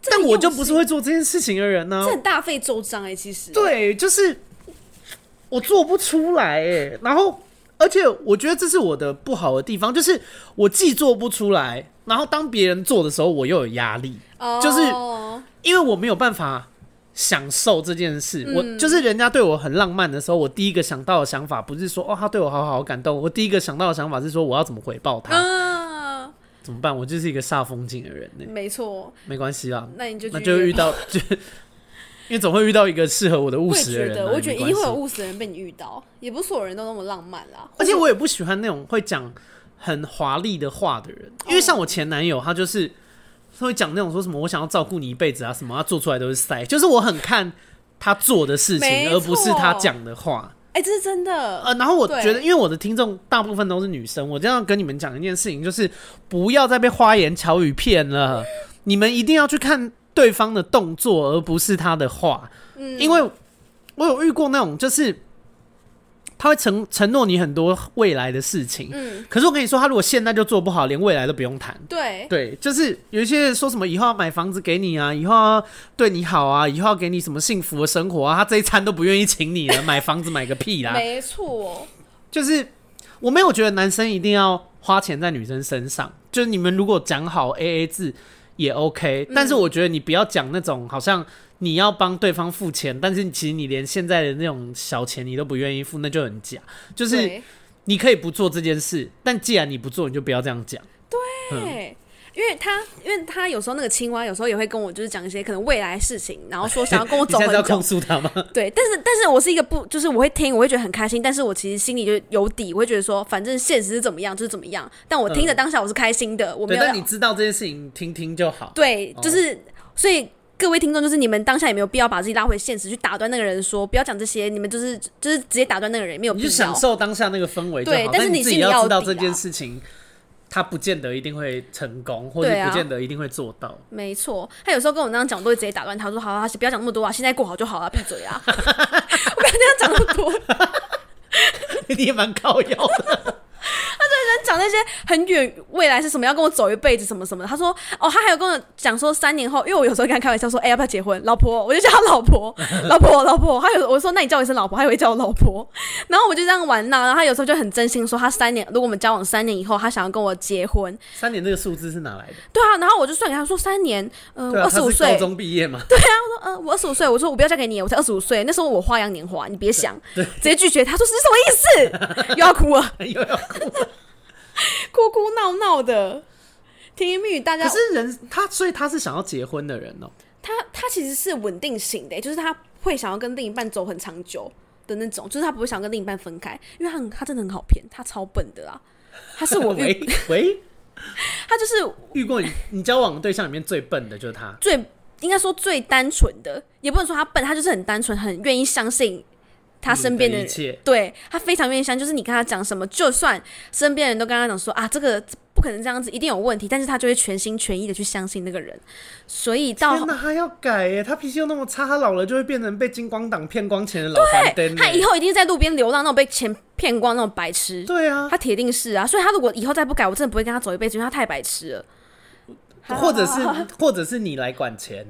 [SPEAKER 3] 这
[SPEAKER 1] 但
[SPEAKER 3] 很
[SPEAKER 1] 我
[SPEAKER 3] 用
[SPEAKER 1] 就不是
[SPEAKER 3] 心
[SPEAKER 1] 会做这件事情的人呢、
[SPEAKER 2] 这很大费周章哎、其实。
[SPEAKER 1] 对，就是我做不出来哎、然后而且我觉得这是我的不好的地方，就是我既做不出来，然后当别人做的时候，我又有压力。
[SPEAKER 3] 哦
[SPEAKER 1] 就是因为我没有办法享受这件事。
[SPEAKER 3] 嗯
[SPEAKER 1] 我就是人家对我很浪漫的时候，我第一个想到的想法不是说哦他对我好好好感动，我第一个想到的想法是说我要怎么回报他，
[SPEAKER 3] 嗯，
[SPEAKER 1] 怎么办？我就是一个煞风景的人呢、
[SPEAKER 2] 啊没错，
[SPEAKER 1] 没关系啦，
[SPEAKER 2] 那你就
[SPEAKER 1] 那
[SPEAKER 2] 去
[SPEAKER 1] 就
[SPEAKER 2] 约
[SPEAKER 1] 遇到就。 *laughs* 因为总会遇到一个适合我的务
[SPEAKER 2] 我也
[SPEAKER 1] 实的
[SPEAKER 2] 觉
[SPEAKER 1] 人、
[SPEAKER 2] 得，
[SPEAKER 1] 啊，
[SPEAKER 2] 我觉得
[SPEAKER 1] 没关
[SPEAKER 2] 一定会有
[SPEAKER 1] 系
[SPEAKER 2] 务实的人被你遇到，也不是所有人都那么浪漫啦。
[SPEAKER 1] 而且我也不喜欢那种会讲很华丽的话的人，
[SPEAKER 2] 哦
[SPEAKER 1] 因为像我前男友，他就是他会讲那种说什么我想要照顾你一辈子啊什么，他做出来都是塞，就是我很看他做的事
[SPEAKER 3] 没
[SPEAKER 1] 情，
[SPEAKER 3] 错
[SPEAKER 1] 而不是他讲的话。
[SPEAKER 2] 哎、这是真的，
[SPEAKER 1] 呃，然后我
[SPEAKER 3] 对
[SPEAKER 1] 觉得，因为我的听众大部分都是女生，我这样跟你们讲一件事情，就是不要再被花言巧语骗了，你们一定要去看对方的动作，而不是他的话。嗯，因为我有遇过那种，就是他会承承诺你很多未来的事情，
[SPEAKER 3] 嗯，
[SPEAKER 1] 可是我跟你说，他如果现在就做不好，连未来都不用谈。
[SPEAKER 3] 对，
[SPEAKER 1] 对，就是有一些人说什么以后要买房子给你啊，以后要对你好啊，以后要给你什么幸福的生活啊，他这一餐都不愿意请你了，买房子买个屁啦！
[SPEAKER 3] *laughs* 没错，
[SPEAKER 1] 就是我没有觉得男生一定要花钱在女生身上，就是你们如果讲好 A A 制也 OK，、但
[SPEAKER 2] 嗯
[SPEAKER 1] 是我觉得你不要讲那种好像你要帮对方付钱，但是其实你连现在的那种小钱你都不愿意付，那就很假。就是
[SPEAKER 3] 对，
[SPEAKER 1] 你可以不做这件事，但既然你不做，你就不要这样讲。嗯
[SPEAKER 2] 对，因为他，因为他有时候那个青蛙有时候也会跟我就是讲一些可能未来事情，然后说想要跟
[SPEAKER 1] *laughs*
[SPEAKER 2] 我
[SPEAKER 1] 你
[SPEAKER 2] 走
[SPEAKER 1] 现在是要
[SPEAKER 2] 很久
[SPEAKER 1] 控，诉他吗？
[SPEAKER 2] 对，但是但是我是一个不，就是我会听，我会觉得很开心，但是我其实心里就有底，我会觉得说反正现实是怎么样就是怎么样，但我听着当下我是开心的，我没
[SPEAKER 1] 对，
[SPEAKER 2] 有
[SPEAKER 1] 但
[SPEAKER 2] 要
[SPEAKER 1] 你哦知道这件事情，听听就好。
[SPEAKER 2] 对，就是、所以。各位听众，就是你们当下也没有必要把自己拉回现实，去打断那个人说不要讲这些，你们就是就是直接打断那个人，没有
[SPEAKER 1] 你
[SPEAKER 2] 必
[SPEAKER 1] 就享
[SPEAKER 2] 要。
[SPEAKER 1] 受当下那个氛围就好，
[SPEAKER 2] 对
[SPEAKER 1] 但
[SPEAKER 2] 但是你
[SPEAKER 1] 自己
[SPEAKER 2] 心里
[SPEAKER 1] 要
[SPEAKER 2] 要
[SPEAKER 1] 知道
[SPEAKER 2] 有
[SPEAKER 1] 这
[SPEAKER 2] 底
[SPEAKER 1] 件
[SPEAKER 2] 啊
[SPEAKER 1] 事情，他不见得一定会成功，或者
[SPEAKER 2] 对啊
[SPEAKER 1] 不见得一定会做到。
[SPEAKER 2] 没错，他有时候跟我那样讲，我都会直接打断他说：“好啊，不要讲那么多啊，现在过好就好啊，闭嘴
[SPEAKER 1] *laughs*
[SPEAKER 2] 啊！”我不要这样讲那么多， *laughs*
[SPEAKER 1] 你也蛮靠腰的，
[SPEAKER 2] 讲那些很远未来是什么，要跟我走一辈子什么什么的。他说，哦，他还有跟我讲说三年后，因为我有时候跟他开玩笑说，哎、要不要结婚？老婆，我就叫他
[SPEAKER 1] *laughs*
[SPEAKER 2] 老婆，老婆，老婆。他有我说，那你叫我一声老婆，他也会叫我老婆。然后我就这样玩闹，然后他有时候就很真心说，他三年，如果我们交往三年以后，他想要跟我结婚，
[SPEAKER 1] *laughs* 三年这个数字是哪来的？
[SPEAKER 2] 对啊。然后我就算给他说三年，呃，
[SPEAKER 1] 对
[SPEAKER 2] 我
[SPEAKER 1] 啊，
[SPEAKER 2] 二十
[SPEAKER 1] 他
[SPEAKER 2] 五
[SPEAKER 1] 是
[SPEAKER 2] 岁，
[SPEAKER 1] 高
[SPEAKER 2] 说，
[SPEAKER 1] 中毕业嘛？
[SPEAKER 2] 呃，我二十五岁，我说我不要嫁给你，我才二十五岁，那时候我花样年华，你别想，直接拒绝。他说是什么意思？又要哭了，
[SPEAKER 1] *laughs* 又要哭
[SPEAKER 2] 哭哭闹闹的。甜言蜜语，大家
[SPEAKER 1] 可是人他，所以他是想要结婚的人哦、
[SPEAKER 2] 他他其实是稳定型的，欸就是他会想要跟另一半走很长久的那种，就是他不会想跟另一半分开，因为他很他真的很好骗，他超笨的啦。他是我
[SPEAKER 1] 喂
[SPEAKER 2] *laughs* 遇，
[SPEAKER 1] 喂，
[SPEAKER 2] 他就是
[SPEAKER 1] 遇过你你交往的对象里面最笨的就是他，
[SPEAKER 2] 最应该说最单纯的，也不能说他笨，他就是很单纯，很愿意相信他身边的
[SPEAKER 1] 你的
[SPEAKER 2] 人
[SPEAKER 1] 一。切
[SPEAKER 2] 对他非常愿意相信，就是你跟他讲什么，就算身边人都跟他讲说啊，这个不可能这样子，一定有问题，但是他就会全心全意的去相信那个人。所以到
[SPEAKER 1] 天哪，他要改耶！他脾气又那么差，他老了就会变成被金光党骗光钱的老白灯耶。
[SPEAKER 2] 他以后一定在路边流浪那种被钱骗光那种白痴。
[SPEAKER 1] 对啊，
[SPEAKER 2] 他铁定是啊，所以他如果以后再不改，我真的不会跟他走一辈子，因为他太白痴了。
[SPEAKER 1] *laughs* 或者是或者是你来管钱，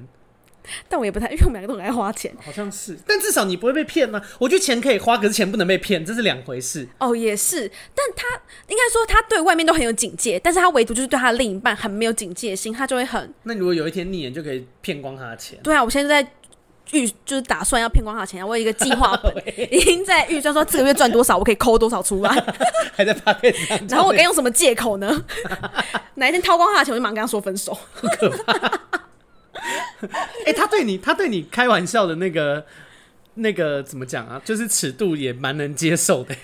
[SPEAKER 2] 但我也不太，因为我们两个都很爱花钱。
[SPEAKER 1] 好像是，但至少你不会被骗呢、我觉得钱可以花，可是钱不能被骗，这是两回事。
[SPEAKER 2] 哦，也是，但他应该说他对外面都很有警戒，但是他唯独就是对他的另一半很没有警戒心，他就会很
[SPEAKER 1] 那你如果有一天逆眼，就可以骗光他的钱。
[SPEAKER 2] 对啊，我现在就在预就是打算要骗光他的钱啊，我有一个计划
[SPEAKER 1] *laughs*
[SPEAKER 2] 本，已经在预算说这个月赚多少，我可以抠多少
[SPEAKER 1] *laughs*
[SPEAKER 2] 出来，
[SPEAKER 1] 还在 p o c 上，
[SPEAKER 2] 然后我该用什么借口呢？ *laughs* 哪一天掏光他的钱，我就马上跟他说分手。 *laughs*
[SPEAKER 1] 哎、他对你，他对你开玩笑的那个。那个怎么讲啊？就是尺度也蛮能接受的、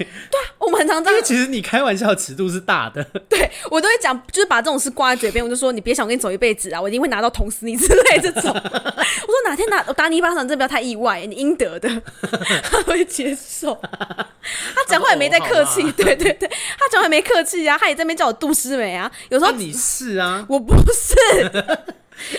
[SPEAKER 2] 我们很常这
[SPEAKER 1] 因为
[SPEAKER 2] 样，
[SPEAKER 1] 其实你开玩笑的尺度是大的，
[SPEAKER 2] 对我都会讲，就是把这种事挂在嘴边，我就说你别想我跟你走一辈子啊，我一定会拿到捅死你之类
[SPEAKER 1] *laughs*
[SPEAKER 2] 这种。我说哪天打我打你一巴掌，真的不要太意外，你应得的，他会接受。他讲话也没在客气，
[SPEAKER 1] 哦好啦
[SPEAKER 2] 对对对，他讲话也没客气啊，他也在那边叫我杜诗梅啊，有时
[SPEAKER 1] 那
[SPEAKER 2] 候
[SPEAKER 1] 你是啊？
[SPEAKER 2] 我不是，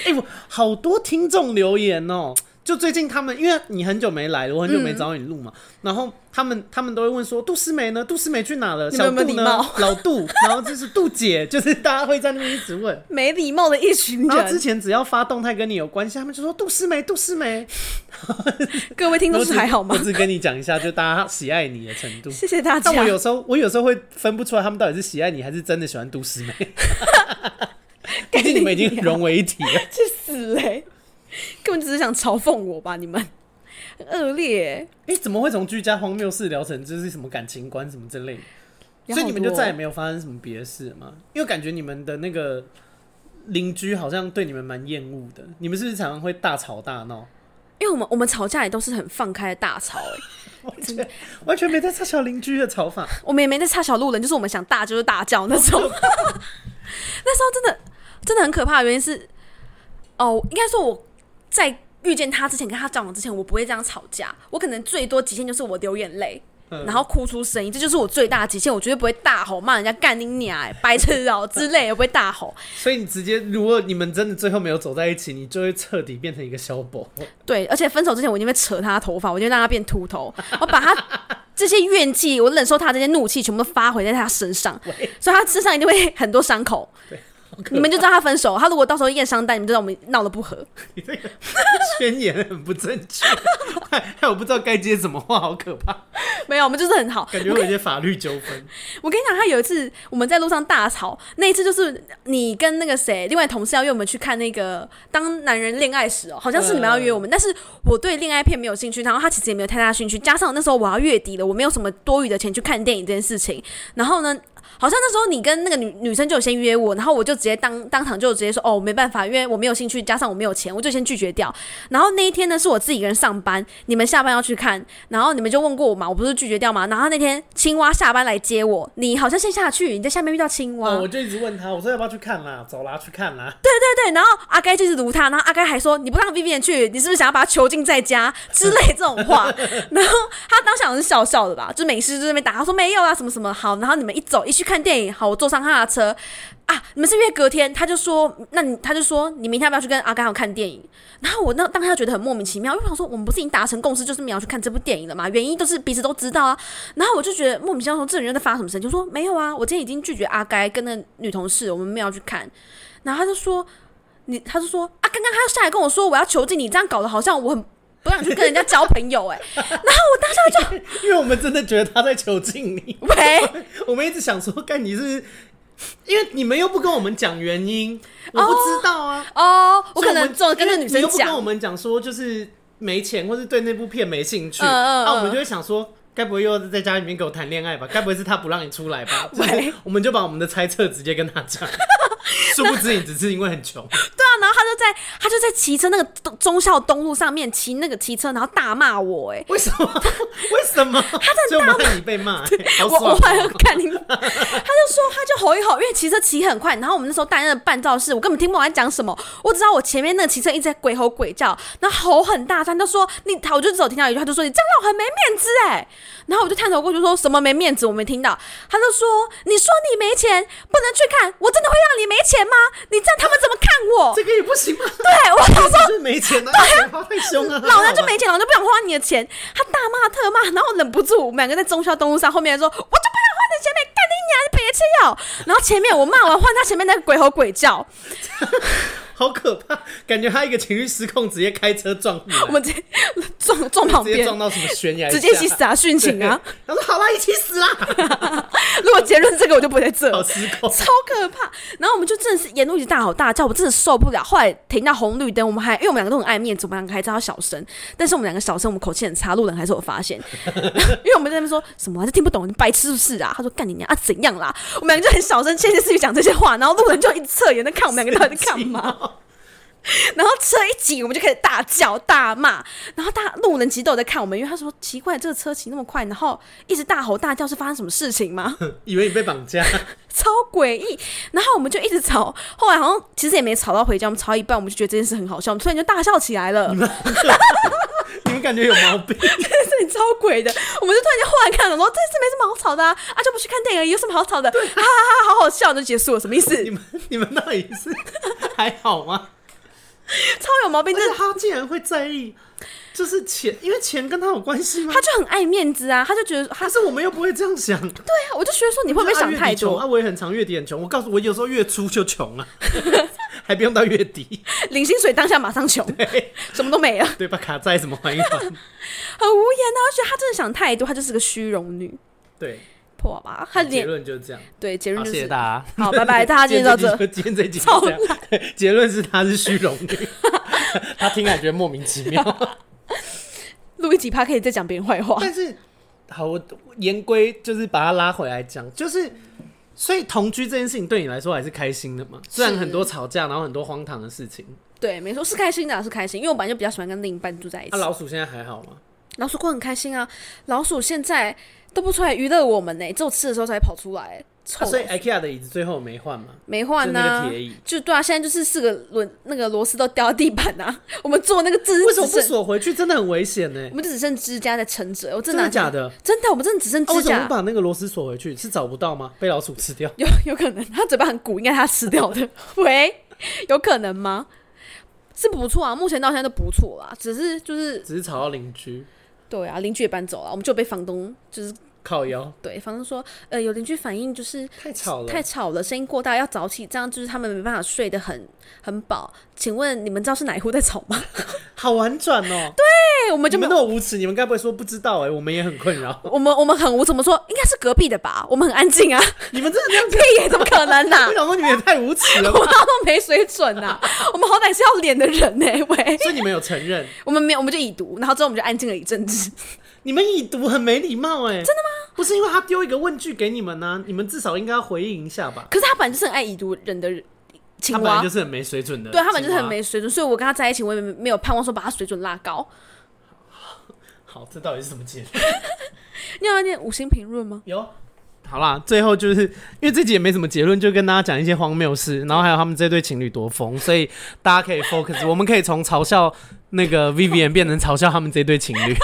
[SPEAKER 1] 哎、我好多听众留言哦、就最近他们，因为你很久没来了，我很久没
[SPEAKER 2] 嗯
[SPEAKER 1] 找你录嘛，然后他们他们都会问说杜思梅呢？杜思梅去哪了？
[SPEAKER 2] 你们
[SPEAKER 1] 小
[SPEAKER 2] 有
[SPEAKER 1] 杜
[SPEAKER 2] 没有礼
[SPEAKER 1] 呢
[SPEAKER 2] 貌？
[SPEAKER 1] 老杜，然后就是杜姐，就是大家会在那边一直问。
[SPEAKER 2] 没礼貌的一群
[SPEAKER 1] 然后之
[SPEAKER 2] 人。
[SPEAKER 1] 前只要发动态跟你有关系，他们就说杜思梅，杜思梅。
[SPEAKER 2] 各位听众
[SPEAKER 1] 我
[SPEAKER 2] 是
[SPEAKER 1] 只
[SPEAKER 2] 还好吗
[SPEAKER 1] 我？只跟你讲一下，就大家喜爱你的程
[SPEAKER 2] *laughs*
[SPEAKER 1] 度。
[SPEAKER 2] 谢谢大家
[SPEAKER 1] *laughs* 但。我有时候，我有时候会分不出来他们到底是喜爱你还是真的喜欢杜
[SPEAKER 2] *laughs*
[SPEAKER 1] 思梅，毕竟你们已经融为一体了。
[SPEAKER 2] 啊 *laughs* 去死嘞、根本只是想嘲讽我吧，你们很恶劣欸、
[SPEAKER 1] 哎、怎么会从居家荒谬事聊成就是什么感情观什么之类的？
[SPEAKER 2] 聊
[SPEAKER 1] 所以
[SPEAKER 2] 好
[SPEAKER 1] 你们就
[SPEAKER 2] 多哦
[SPEAKER 1] 再也没有发生什么别的事吗？因为感觉你们的那个邻居好像对你们蛮厌恶的，你们是不是常常会大吵大闹？
[SPEAKER 2] 因为我们我们吵架也都是很放开的大吵、欸， *laughs*
[SPEAKER 1] 完全完全没在差小邻居的吵法，
[SPEAKER 2] 我们也没在插小路人，就是我们想大就是大叫那种。 *laughs* 那时候真的真的很可怕，的原因是哦，应该说我在遇见他之前，跟他交往之前，我不会这样吵架，我可能最多极限就是我流眼泪。
[SPEAKER 1] 嗯
[SPEAKER 2] 然后哭出声音，这就是我最大的极限。我绝对不会大吼骂人家干你娘、欸、白痴哦、之类的，我不会大吼。
[SPEAKER 1] 所以你直接如果你们真的最后没有走在一起，你就会彻底变成一个小宝。
[SPEAKER 2] *laughs* 对，而且分手之前我已经会扯他的头发，我就让他变秃头，我把他这些怨气，我忍受他这些怒气，全部都发回在他身上，所以他身上一定会很多伤口。你们就知道他分手，他如果到时候验伤单，你们就知道我们闹得不和。 *laughs*
[SPEAKER 1] 你这个宣言很不正确， *laughs* 害害我不知道该接什么话，好可怕，
[SPEAKER 2] 没有，我们就是很好。
[SPEAKER 1] 感觉会有一些法律纠纷。
[SPEAKER 2] 我跟你讲，他有一次我们在路上大吵，那一次就是你跟那个谁，另外同事要约我们去看那个《当男人恋爱时》哦，好像是你们要约我们，但是我对恋爱片没有兴趣，然后他其实也没有太大兴趣，加上那时候我要月底了，我没有什么多余的钱去看电影这件事情，然后呢。好像那时候你跟那个女女生就有先约我，然后我就直接当当场就直接说哦，我没办法，因为我没有兴趣，加上我没有钱，我就先拒绝掉。然后那一天呢是我自己一个人上班，你们下班要去看，然后你们就问过我嘛，我不是拒绝掉嘛。然后那天青蛙下班来接我，你好像先下去，你在下面遇到青蛙，
[SPEAKER 1] 哦，我就一直问他，我说要不要去看啦？走啦，去看啊啦。
[SPEAKER 2] 对对对。然后阿该就是撸他，然后阿该还说你不让 Vivian 去，你是不是想要把他囚禁在家之类这种话？然后他当场是笑笑的吧，就没事就在那边打，他说没有啊什么什么好。然后你们一走一去看电影，好，我坐上他的车。啊！你们是约隔天，他就说，那你他就说，你明天要不要去跟阿甘好看电影？然后我那当下觉得很莫名其妙，因为我想说，我们不是已经达成共识，就是没有去看这部电影了嘛？原因都是彼此都知道啊。然后我就觉得莫名其妙，说这人又在发什么神经？我说没有啊，我今天已经拒绝阿该跟那个女同事，我们没有要去看。然后他就说，你他就说啊，刚刚他又下来跟我说我要囚禁你，这样搞得好像我很不想去跟人家交朋友哎、
[SPEAKER 1] 因为我们真的觉得他在囚禁你， *laughs*
[SPEAKER 2] 喂，
[SPEAKER 1] *laughs* 我们一直想说，干你是，因为你们又不跟我们讲原因，我不知道啊。
[SPEAKER 2] 哦，我可
[SPEAKER 1] 所以
[SPEAKER 2] 能
[SPEAKER 1] 们
[SPEAKER 2] 只有跟那女
[SPEAKER 1] 因为你
[SPEAKER 2] 生
[SPEAKER 1] 又不跟
[SPEAKER 2] 讲
[SPEAKER 1] 我，们讲说就是没钱，或是对那部片没兴趣，
[SPEAKER 2] 嗯嗯
[SPEAKER 1] 啊，
[SPEAKER 2] 嗯
[SPEAKER 1] 我们就会想说。该不会又在家里面给我谈恋爱吧？该不会是他不让你出来吧？就是
[SPEAKER 2] *laughs* 喂
[SPEAKER 1] 我们就把我们的猜测直接跟他
[SPEAKER 2] *laughs*
[SPEAKER 1] 讲，殊不知你只是因为很穷。
[SPEAKER 2] 对啊，然后他就在他就在骑车那个东忠孝东路上面骑那个骑车，然后大骂我、哎，
[SPEAKER 1] 为什么？
[SPEAKER 2] *laughs*
[SPEAKER 1] 为什么？所以我们害你被骂，好
[SPEAKER 2] 我我
[SPEAKER 1] 爽
[SPEAKER 2] 还要
[SPEAKER 1] 哦！
[SPEAKER 2] 看 *laughs* 你，他就说他就吼一吼，因为骑车骑很快，然后我们那时候戴那个半罩式，我根本听不懂他讲什么，我只知道我前面那个骑车一直在鬼吼鬼叫，然后吼很大声，他就说你，他我就只有听到一句，他就说你这样让我很没面子哎、然后我就探头过去说什么没面子，我没听到，他就说你说你没钱不能去看，我真的会让你没钱吗？你这样他们怎么看我？
[SPEAKER 1] 这个也不行
[SPEAKER 2] *laughs*
[SPEAKER 1] 吗？
[SPEAKER 2] 对我想说
[SPEAKER 1] 就是没钱啊，钱花太凶 *laughs* 了，
[SPEAKER 2] 老娘就没钱，老娘就不想花你的钱。他大骂特骂，然后忍不住，我们两个在中孝东路上后面说，我就不想花你的钱，干
[SPEAKER 1] *laughs*
[SPEAKER 2] 你娘，你别吃药。然后前面我骂完，换他前面那个鬼吼鬼叫，
[SPEAKER 1] 好可怕，感觉他一个情绪失控，直接开车撞你，
[SPEAKER 2] 我们直接撞撞旁
[SPEAKER 1] 直接
[SPEAKER 2] 边，
[SPEAKER 1] 撞到什么悬崖下，
[SPEAKER 2] 直接一起死啊，殉情啊！
[SPEAKER 1] 对！他说好啦，一起死啦，
[SPEAKER 2] *laughs* 如果结论这个，我就不会在这
[SPEAKER 1] 好失控。
[SPEAKER 2] 超可怕。然后我们就真的是沿路一直大吼大叫，我真的受不了。后来停到红绿灯，我们还因为我们两个都很爱面子，我们两个还知道小声，但是我们两个小声，我们口气很差，路人还是有发现， *laughs* 因为我们在那边说什么、啊、这听不懂，你白痴是不是啊？他说干你娘啊怎样啦？我们两个就很小声窃窃私语讲这些话，然后路人就一直侧眼在看我们两个到底在干嘛。
[SPEAKER 1] *laughs*
[SPEAKER 2] 然后车一挤，我们就开始大叫大骂，然后大路人其实都有在看我们，因为他说奇怪，这个车骑那么快，然后一直大吼大叫，是发生什么事情吗？
[SPEAKER 1] 以为你被绑架， *laughs*
[SPEAKER 2] 超诡异。然后我们就一直吵，后来好像其实也没吵到回家，我们吵一半，我们就觉得这件事很好笑，我们突然就大笑起来了，
[SPEAKER 1] 你们感觉有毛病。
[SPEAKER 2] *laughs* 这里超鬼的。我们就突然间忽然看了，说这次没什么好吵的啊，啊就不去看电影而已，有什么好吵的？哈哈哈，好好笑，就结束了，什么意思？
[SPEAKER 1] 你们你们到底是还好吗？
[SPEAKER 2] 超有毛病，
[SPEAKER 1] 而
[SPEAKER 2] 真
[SPEAKER 1] 且
[SPEAKER 2] 的。
[SPEAKER 1] 他竟然会在意，就是钱，因为钱跟他有关系吗
[SPEAKER 2] 他？就很爱面子啊，他就觉得他
[SPEAKER 1] 但是我们又不会这样想，对，
[SPEAKER 2] 对啊，我就觉得说你会不会想太
[SPEAKER 1] 啊？
[SPEAKER 2] 多？
[SPEAKER 1] 哎我也很常月底很穷，我告诉我有时候月初就穷啊， *laughs* 还不用到月底，
[SPEAKER 2] 领薪水当下马上穷，什么都没了，
[SPEAKER 1] *laughs* 对，把卡债什么还一还，
[SPEAKER 2] 很无言啊。我觉得他真的想太多，他就是个虚荣女，
[SPEAKER 1] 对，
[SPEAKER 2] 破吧？ *laughs* 他
[SPEAKER 1] 结
[SPEAKER 2] 连
[SPEAKER 1] 论就是这样。
[SPEAKER 2] 对结论
[SPEAKER 1] 好，
[SPEAKER 2] 就
[SPEAKER 1] 谢谢
[SPEAKER 2] 是
[SPEAKER 1] 大家。
[SPEAKER 2] *laughs* 好，拜拜，大家今天
[SPEAKER 1] *laughs*
[SPEAKER 2] 到这。
[SPEAKER 1] 集就今天这一集就这样。对结论是他是虚荣
[SPEAKER 2] *laughs*
[SPEAKER 1] 女， *laughs* 他听感觉莫名其妙。
[SPEAKER 2] 录一集趴可以再讲别人坏话。
[SPEAKER 1] *laughs* 但是好，我言归就是把他拉回来讲，就是所以同居这件事情对你来说还是开心的嘛？虽然很多吵架，然后很多荒唐的事情。
[SPEAKER 2] 对，没错，是开心的啊、是开心，因为我本来就比较喜欢跟另一半住在一起。
[SPEAKER 1] 那、啊老鼠现在还好吗？
[SPEAKER 2] 老鼠过很开心啊，老鼠现在都不出来娱乐我们呢、只有吃的时候才跑出来，臭
[SPEAKER 1] 啊、
[SPEAKER 2] 老
[SPEAKER 1] 所以
[SPEAKER 2] 鼠
[SPEAKER 1] IKEA 的椅子最后没换嘛？
[SPEAKER 2] 没换
[SPEAKER 1] 就
[SPEAKER 2] 呐、
[SPEAKER 1] 那个铁椅
[SPEAKER 2] 就对啊，现在就是四个轮那个螺丝都掉到地板啊， *laughs* 我们做那个字
[SPEAKER 1] 为什么不
[SPEAKER 2] 只剩
[SPEAKER 1] 锁回去？真的很危险呢、
[SPEAKER 2] 我们就只剩支架在撑着，我
[SPEAKER 1] 真
[SPEAKER 2] 真的
[SPEAKER 1] 的
[SPEAKER 2] 拿
[SPEAKER 1] 假的？
[SPEAKER 2] 啊真的，我们真的只剩
[SPEAKER 1] 啊、为什
[SPEAKER 2] 支
[SPEAKER 1] 么
[SPEAKER 2] 架，
[SPEAKER 1] 不把那个螺丝锁回去？是找不到吗？被老鼠吃掉？
[SPEAKER 2] 有有可能它嘴巴很鼓，应该它吃掉的， *laughs* 喂，有可能吗？是不错啊，目前到现在都不错啦，只是就是
[SPEAKER 1] 只是吵到邻居
[SPEAKER 2] 对啊，邻居也搬走了，我们就被房东就是
[SPEAKER 1] 靠腰，
[SPEAKER 2] 对房东说，呃，有邻居反映就是
[SPEAKER 1] 太吵了，
[SPEAKER 2] 太吵了，声音过大，要早起，这样就是他们没办法睡得很很饱。请问你们知道是哪一户在吵吗？
[SPEAKER 1] 好婉转哦、
[SPEAKER 2] 对，我们就
[SPEAKER 1] 你
[SPEAKER 2] 没
[SPEAKER 1] 们
[SPEAKER 2] 有，。
[SPEAKER 1] 那么无耻，你们该不会说不知道哎、我们也很困扰
[SPEAKER 2] *laughs* 我们我们很无怎么说，应该是隔壁的吧？我们很安静啊，
[SPEAKER 1] 你们真的这样子，
[SPEAKER 2] 屁耶，怎么可能呐、
[SPEAKER 1] 我想说你们也太无耻了
[SPEAKER 2] *laughs* 我
[SPEAKER 1] 吧？
[SPEAKER 2] 们都没水准呐、我们好歹是要脸的人呢、欸喂，
[SPEAKER 1] 所以你们有承认，
[SPEAKER 2] 我们没有，我们就已读，然后之后我们就安静了一阵子。
[SPEAKER 1] 你们已读很没礼貌哎、真的吗？不是因为他丢一个问句给你们啊呢、你们至少应该要回应一下吧？
[SPEAKER 2] 可是他本来就是很爱已读人的人
[SPEAKER 1] 他
[SPEAKER 2] 青
[SPEAKER 1] 本来
[SPEAKER 2] 蛙
[SPEAKER 1] 就，是很没水准的青啊
[SPEAKER 2] 啊
[SPEAKER 1] 蛙，
[SPEAKER 2] 对他们就是很没水准，所以我跟他在一起，我也没没有盼望说把他水准拉高。
[SPEAKER 1] 好，这到底是什么解释？
[SPEAKER 2] 你有念五星评论吗？ *laughs*
[SPEAKER 1] 有。好啦，最后就是因为这集也没什么结论，就跟大家讲一些荒谬事，然后还有他们这对情侣多疯，所以大家可以 focus，我们可以从嘲笑那个 Vivian 变成嘲笑他们这对情侣。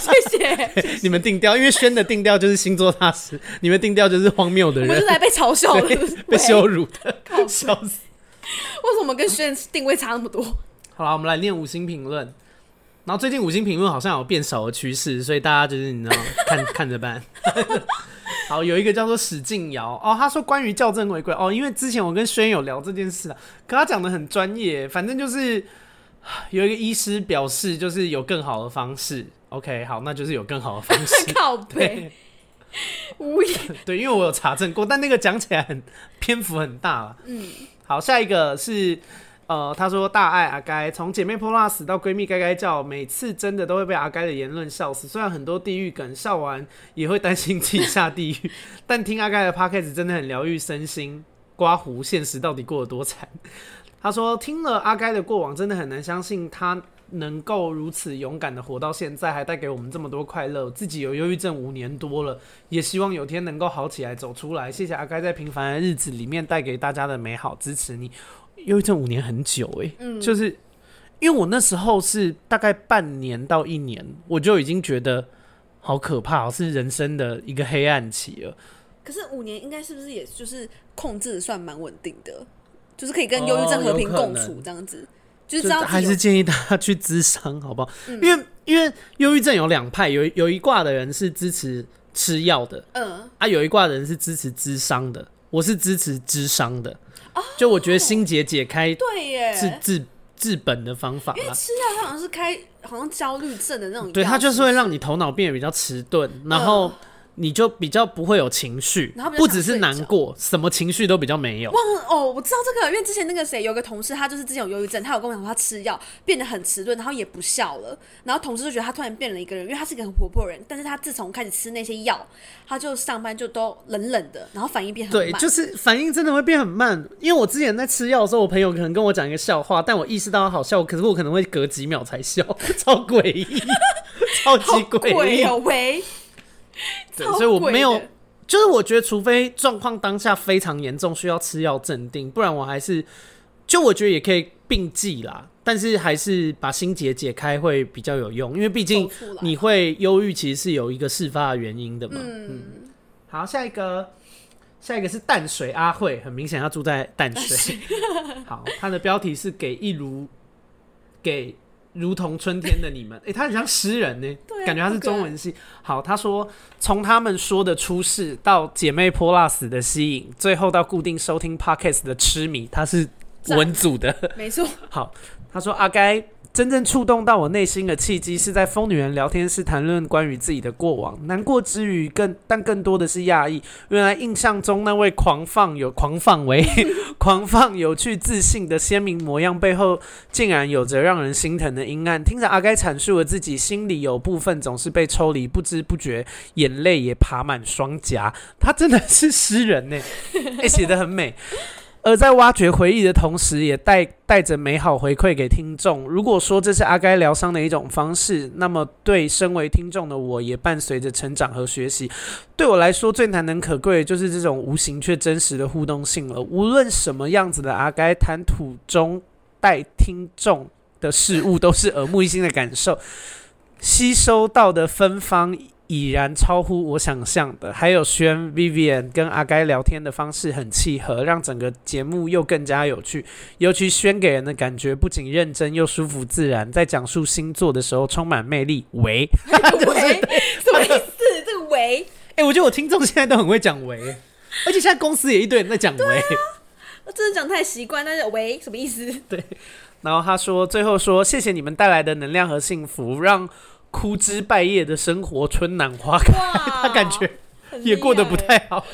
[SPEAKER 2] 谢谢。
[SPEAKER 1] 你们定调，因为轩的定调就是星座大师，你们定调就是荒谬的
[SPEAKER 2] 我们
[SPEAKER 1] 人
[SPEAKER 2] 是，来被嘲笑的，
[SPEAKER 1] 对被羞辱的，笑死。
[SPEAKER 2] 为什么跟轩定位差那么多？
[SPEAKER 1] 好啦，我们来念五星评论。然后最近五星评论好像有变少的趋势，所以大家就是你知道看 *laughs* 看着办。好，有一个叫做史静瑶哦，他说关于校正回归哦，因为之前我跟轩有聊这件事啊，可他讲的很专业，反正就是有一个医师表示就是有更好的方式。OK，好，那就是有更好的方式。
[SPEAKER 2] *laughs* 靠背，无言。
[SPEAKER 1] 对，因为我有查证过，但那个讲起来很篇幅很大了。嗯，好，下一个是呃，他说大爱阿该，从姐妹 plus 到闺蜜该该叫，每次真的都会被阿该的言论笑死。虽然很多地狱梗笑完也会担心自己下地狱， *laughs* 但听阿该的 podcast 真的很疗愈身心。刮胡，现实到底过得多惨？他说听了阿该的过往，真的很难相信他。能够如此勇敢的活到现在，还带给我们这么多快乐。自己有忧郁症五年多了，也希望有天能够好起来，走出来。谢谢阿该在平凡的日子里面带给大家的美好支持你。忧郁症五年很久诶、嗯，就是因为我那时候是大概半年到一年，我就已经觉得好可怕哦，是人生的一个黑暗期了。
[SPEAKER 2] 可是五年应该是不是也就是控制得算蛮稳定的，就是可以跟忧郁症和平共
[SPEAKER 1] 哦有可
[SPEAKER 2] 处
[SPEAKER 1] 能
[SPEAKER 2] 这样子，就是知道
[SPEAKER 1] 还
[SPEAKER 2] 自嗯己
[SPEAKER 1] 是
[SPEAKER 2] 有
[SPEAKER 1] 建议大家去咨商，好不好？因为因为忧郁症有两派，有有一卦的人是支持吃药的，
[SPEAKER 2] 嗯
[SPEAKER 1] 啊，有一卦的人是支持咨商的。我是支持智商的，
[SPEAKER 2] 哦
[SPEAKER 1] 就我觉得心结解开
[SPEAKER 2] 对耶，
[SPEAKER 1] 治治治本的方法啦。
[SPEAKER 2] 吃药它好像是开，好像焦虑症的那种，
[SPEAKER 1] 对，它就是会，让你头脑变得比较迟钝，然后你就比较不会有情绪
[SPEAKER 2] 嗯然后，比较
[SPEAKER 1] 不
[SPEAKER 2] 想
[SPEAKER 1] 只是
[SPEAKER 2] 睡
[SPEAKER 1] 难
[SPEAKER 2] 着
[SPEAKER 1] 过，什么情绪都比较没有。
[SPEAKER 2] 忘了哦，我知道这个，因为之前那个谁有个同事，他就是之前有忧郁症，他有跟我讲说他吃药变得很迟钝，然后也不笑了，然后同事就觉得他突然变了一个人，因为他是一个很活泼的人，但是他自从开始吃那些药，他就上班就都冷冷的，然后反应变很
[SPEAKER 1] 对，
[SPEAKER 2] 慢，
[SPEAKER 1] 就是反应真的会变很慢。因为我之前在吃药的时候，我朋友可能跟我讲一个笑话，但我意识到它好笑，可是我可能会隔几秒才笑， *laughs* 超诡异，超级
[SPEAKER 2] *laughs* 好
[SPEAKER 1] 诡异
[SPEAKER 2] 贵。哦，喂， *laughs*
[SPEAKER 1] 对
[SPEAKER 2] 超
[SPEAKER 1] 所以我
[SPEAKER 2] 贵
[SPEAKER 1] 没有
[SPEAKER 2] 的，
[SPEAKER 1] 就是我觉得除非状况当下非常严重，需要吃药镇定，不然我还是就我觉得也可以并剂啦，但是还是把心结解开会比较有用，因为毕竟
[SPEAKER 2] 走出来
[SPEAKER 1] 你会忧郁，其实是有一个事发的原因的嘛。
[SPEAKER 2] 嗯，
[SPEAKER 1] 好，下一个，下一个是淡水阿慧，很明显他住在淡水。 *laughs* 好，他的标题是给一如给如同春天的你们。诶，他很像诗人呢、
[SPEAKER 2] 对啊
[SPEAKER 1] 感觉他是
[SPEAKER 2] 好可爱
[SPEAKER 1] 中文系。好，他说从他们说的出世到姐妹泼辣死的吸引，最后到固定收听 podcast 的痴迷，他是文组的。*laughs*
[SPEAKER 2] 没错，
[SPEAKER 1] 好，他说阿该真正触动到我内心的契机是在疯女人聊天室谈论关于自己的过往，难过之余更但更多的是讶异，原来印象中那位狂放有狂放为狂放有趣自信的鲜明模样背后，竟然有着让人心疼的阴暗。听着阿该阐述了自己心里有部分总是被抽离，不知不觉眼泪也爬满双颊。他真的是诗人呢、哎、写的很美。而在挖掘回忆的同时，也带带着美好回馈给听众。如果说这是阿该疗伤的一种方式，那么对身为听众的我，也伴随着成长和学习。对我来说，最难能可贵的就是这种无形却真实的互动性了。无论什么样子的阿该谈吐中带听众的事物，都是耳目一新的感受，吸收到的芬芳。已然超乎我想象的，还有轩 Vivian 跟阿该聊天的方式很契合，让整个节目又更加有趣。尤其轩给人的感觉不仅认真又舒服自然，在讲述星座的时候充满魅力。喂， *laughs*
[SPEAKER 2] 喂，什么意思？这个喂，
[SPEAKER 1] 哎、我觉得我听众现在都很会讲喂，而且现在公司也一堆人在讲喂。
[SPEAKER 2] 我真的讲太习惯，但是喂什么意思？
[SPEAKER 1] *laughs* 然后他说，最后说谢谢你们带来的能量和幸福，让枯枝败叶的生活春暖花开。
[SPEAKER 2] 哇，
[SPEAKER 1] *laughs* 他感觉
[SPEAKER 2] *laughs*
[SPEAKER 1] 也过得不
[SPEAKER 2] 欸
[SPEAKER 1] 太好。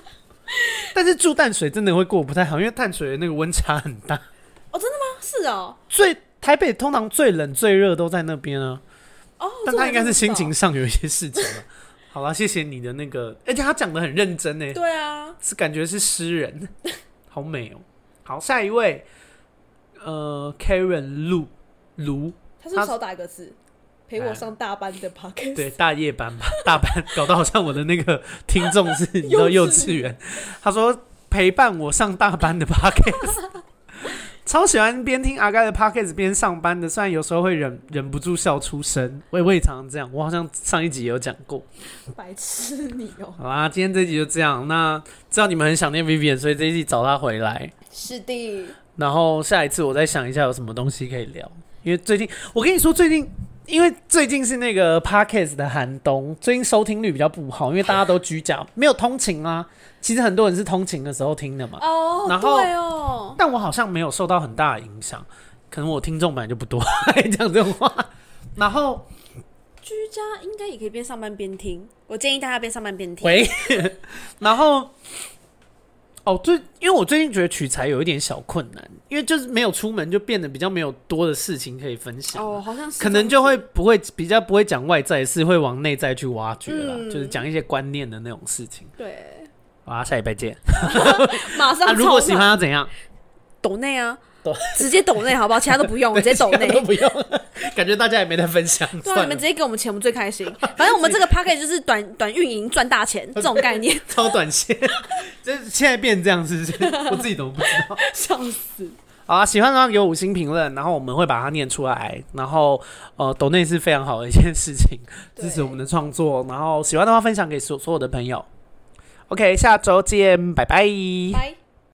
[SPEAKER 1] *laughs* 但是住淡水真的会过得不太好，因为淡水的那个温差很大，
[SPEAKER 2] 是哦，
[SPEAKER 1] 最台北通常最冷最热都在那边啊。
[SPEAKER 2] 哦，
[SPEAKER 1] 但
[SPEAKER 2] 这
[SPEAKER 1] 他
[SPEAKER 2] 我
[SPEAKER 1] 应该是
[SPEAKER 2] 真不知
[SPEAKER 1] 心
[SPEAKER 2] 道
[SPEAKER 1] 情上有一些事情了。 *laughs* 好啦，谢谢你的那个，而且他讲的很认真呢，
[SPEAKER 2] 对啊，
[SPEAKER 1] 是感觉是诗人，好美哦、好，下一位，呃，Karen 卢卢，
[SPEAKER 2] 他是不
[SPEAKER 1] 他哎
[SPEAKER 2] 是少打一个字？陪我上大班的 p o c a s t
[SPEAKER 1] 对，大夜班吧，大班搞得好像我的那个听众是你知道幼
[SPEAKER 2] 幼
[SPEAKER 1] 稚
[SPEAKER 2] 稚
[SPEAKER 1] 园，他说陪伴我上大班的 podcast，超喜欢边听阿盖的 podcast 边上班的，虽然有时候会忍忍不住笑出声，我也我也常常这样，我好像上一集也有讲过。
[SPEAKER 2] 白痴你哦、
[SPEAKER 1] 好啦，今天这集就这样，那知道你们很想念 Vivian，所以这一集找他回来，
[SPEAKER 2] 是的，
[SPEAKER 1] 然后下一次我再想一下有什么东西可以聊，因为最近我跟你说最近。因为最近是那个 podcast 的寒冬，最近收听率比较不好，因为大家都居家，没有通勤啊。其实很多人是通勤的时候听的嘛，
[SPEAKER 2] 哦，
[SPEAKER 1] 然后
[SPEAKER 2] 对哦，
[SPEAKER 1] 但我好像没有受到很大的影响，可能我听众本来就不多 *laughs* 讲这种话。然后
[SPEAKER 2] 居家应该也可以边上班边听，我建议大家边上班边听。
[SPEAKER 1] 喂， *laughs* 然后哦，最因为我最近觉得取材有一点小困难，因为就是没有出门，就变得比较没有多的事情可以分享。
[SPEAKER 2] 哦，好像是
[SPEAKER 1] 可能就会不会比较不会讲外在的事，会往内在去挖掘啦，
[SPEAKER 2] 嗯
[SPEAKER 1] 就是讲一些观念的那种事情。
[SPEAKER 2] 这样子
[SPEAKER 1] 好啊，下礼拜见。
[SPEAKER 2] 对，马上、
[SPEAKER 1] 啊，如果喜欢要怎样？
[SPEAKER 2] 抖内啊
[SPEAKER 1] 抖，
[SPEAKER 2] 直接抖内好不好？其他都不
[SPEAKER 1] *laughs*
[SPEAKER 2] 用，直接抖内。
[SPEAKER 1] 都不用，感觉大家也没在分享，
[SPEAKER 2] 对啊，
[SPEAKER 1] 算
[SPEAKER 2] 你
[SPEAKER 1] 了
[SPEAKER 2] 们，直接给我们钱，我们最开心。反正我们这个 p a c k a g e 就是短短运营赚大钱这种概
[SPEAKER 1] *laughs*
[SPEAKER 2] 念，
[SPEAKER 1] 超短
[SPEAKER 2] *laughs*
[SPEAKER 1] 线，这现在变这样是不是？我自己怎么不知 *laughs* 道？
[SPEAKER 2] 笑死！
[SPEAKER 1] 好啊，喜欢的话给我五星评论，然后我们会把它念出来。然后呃，抖内是非常好的一件事情，
[SPEAKER 2] 对
[SPEAKER 1] 支持我们的创作。然后喜欢的话分享给所所有的朋友。OK，下周见，拜拜
[SPEAKER 2] 拜。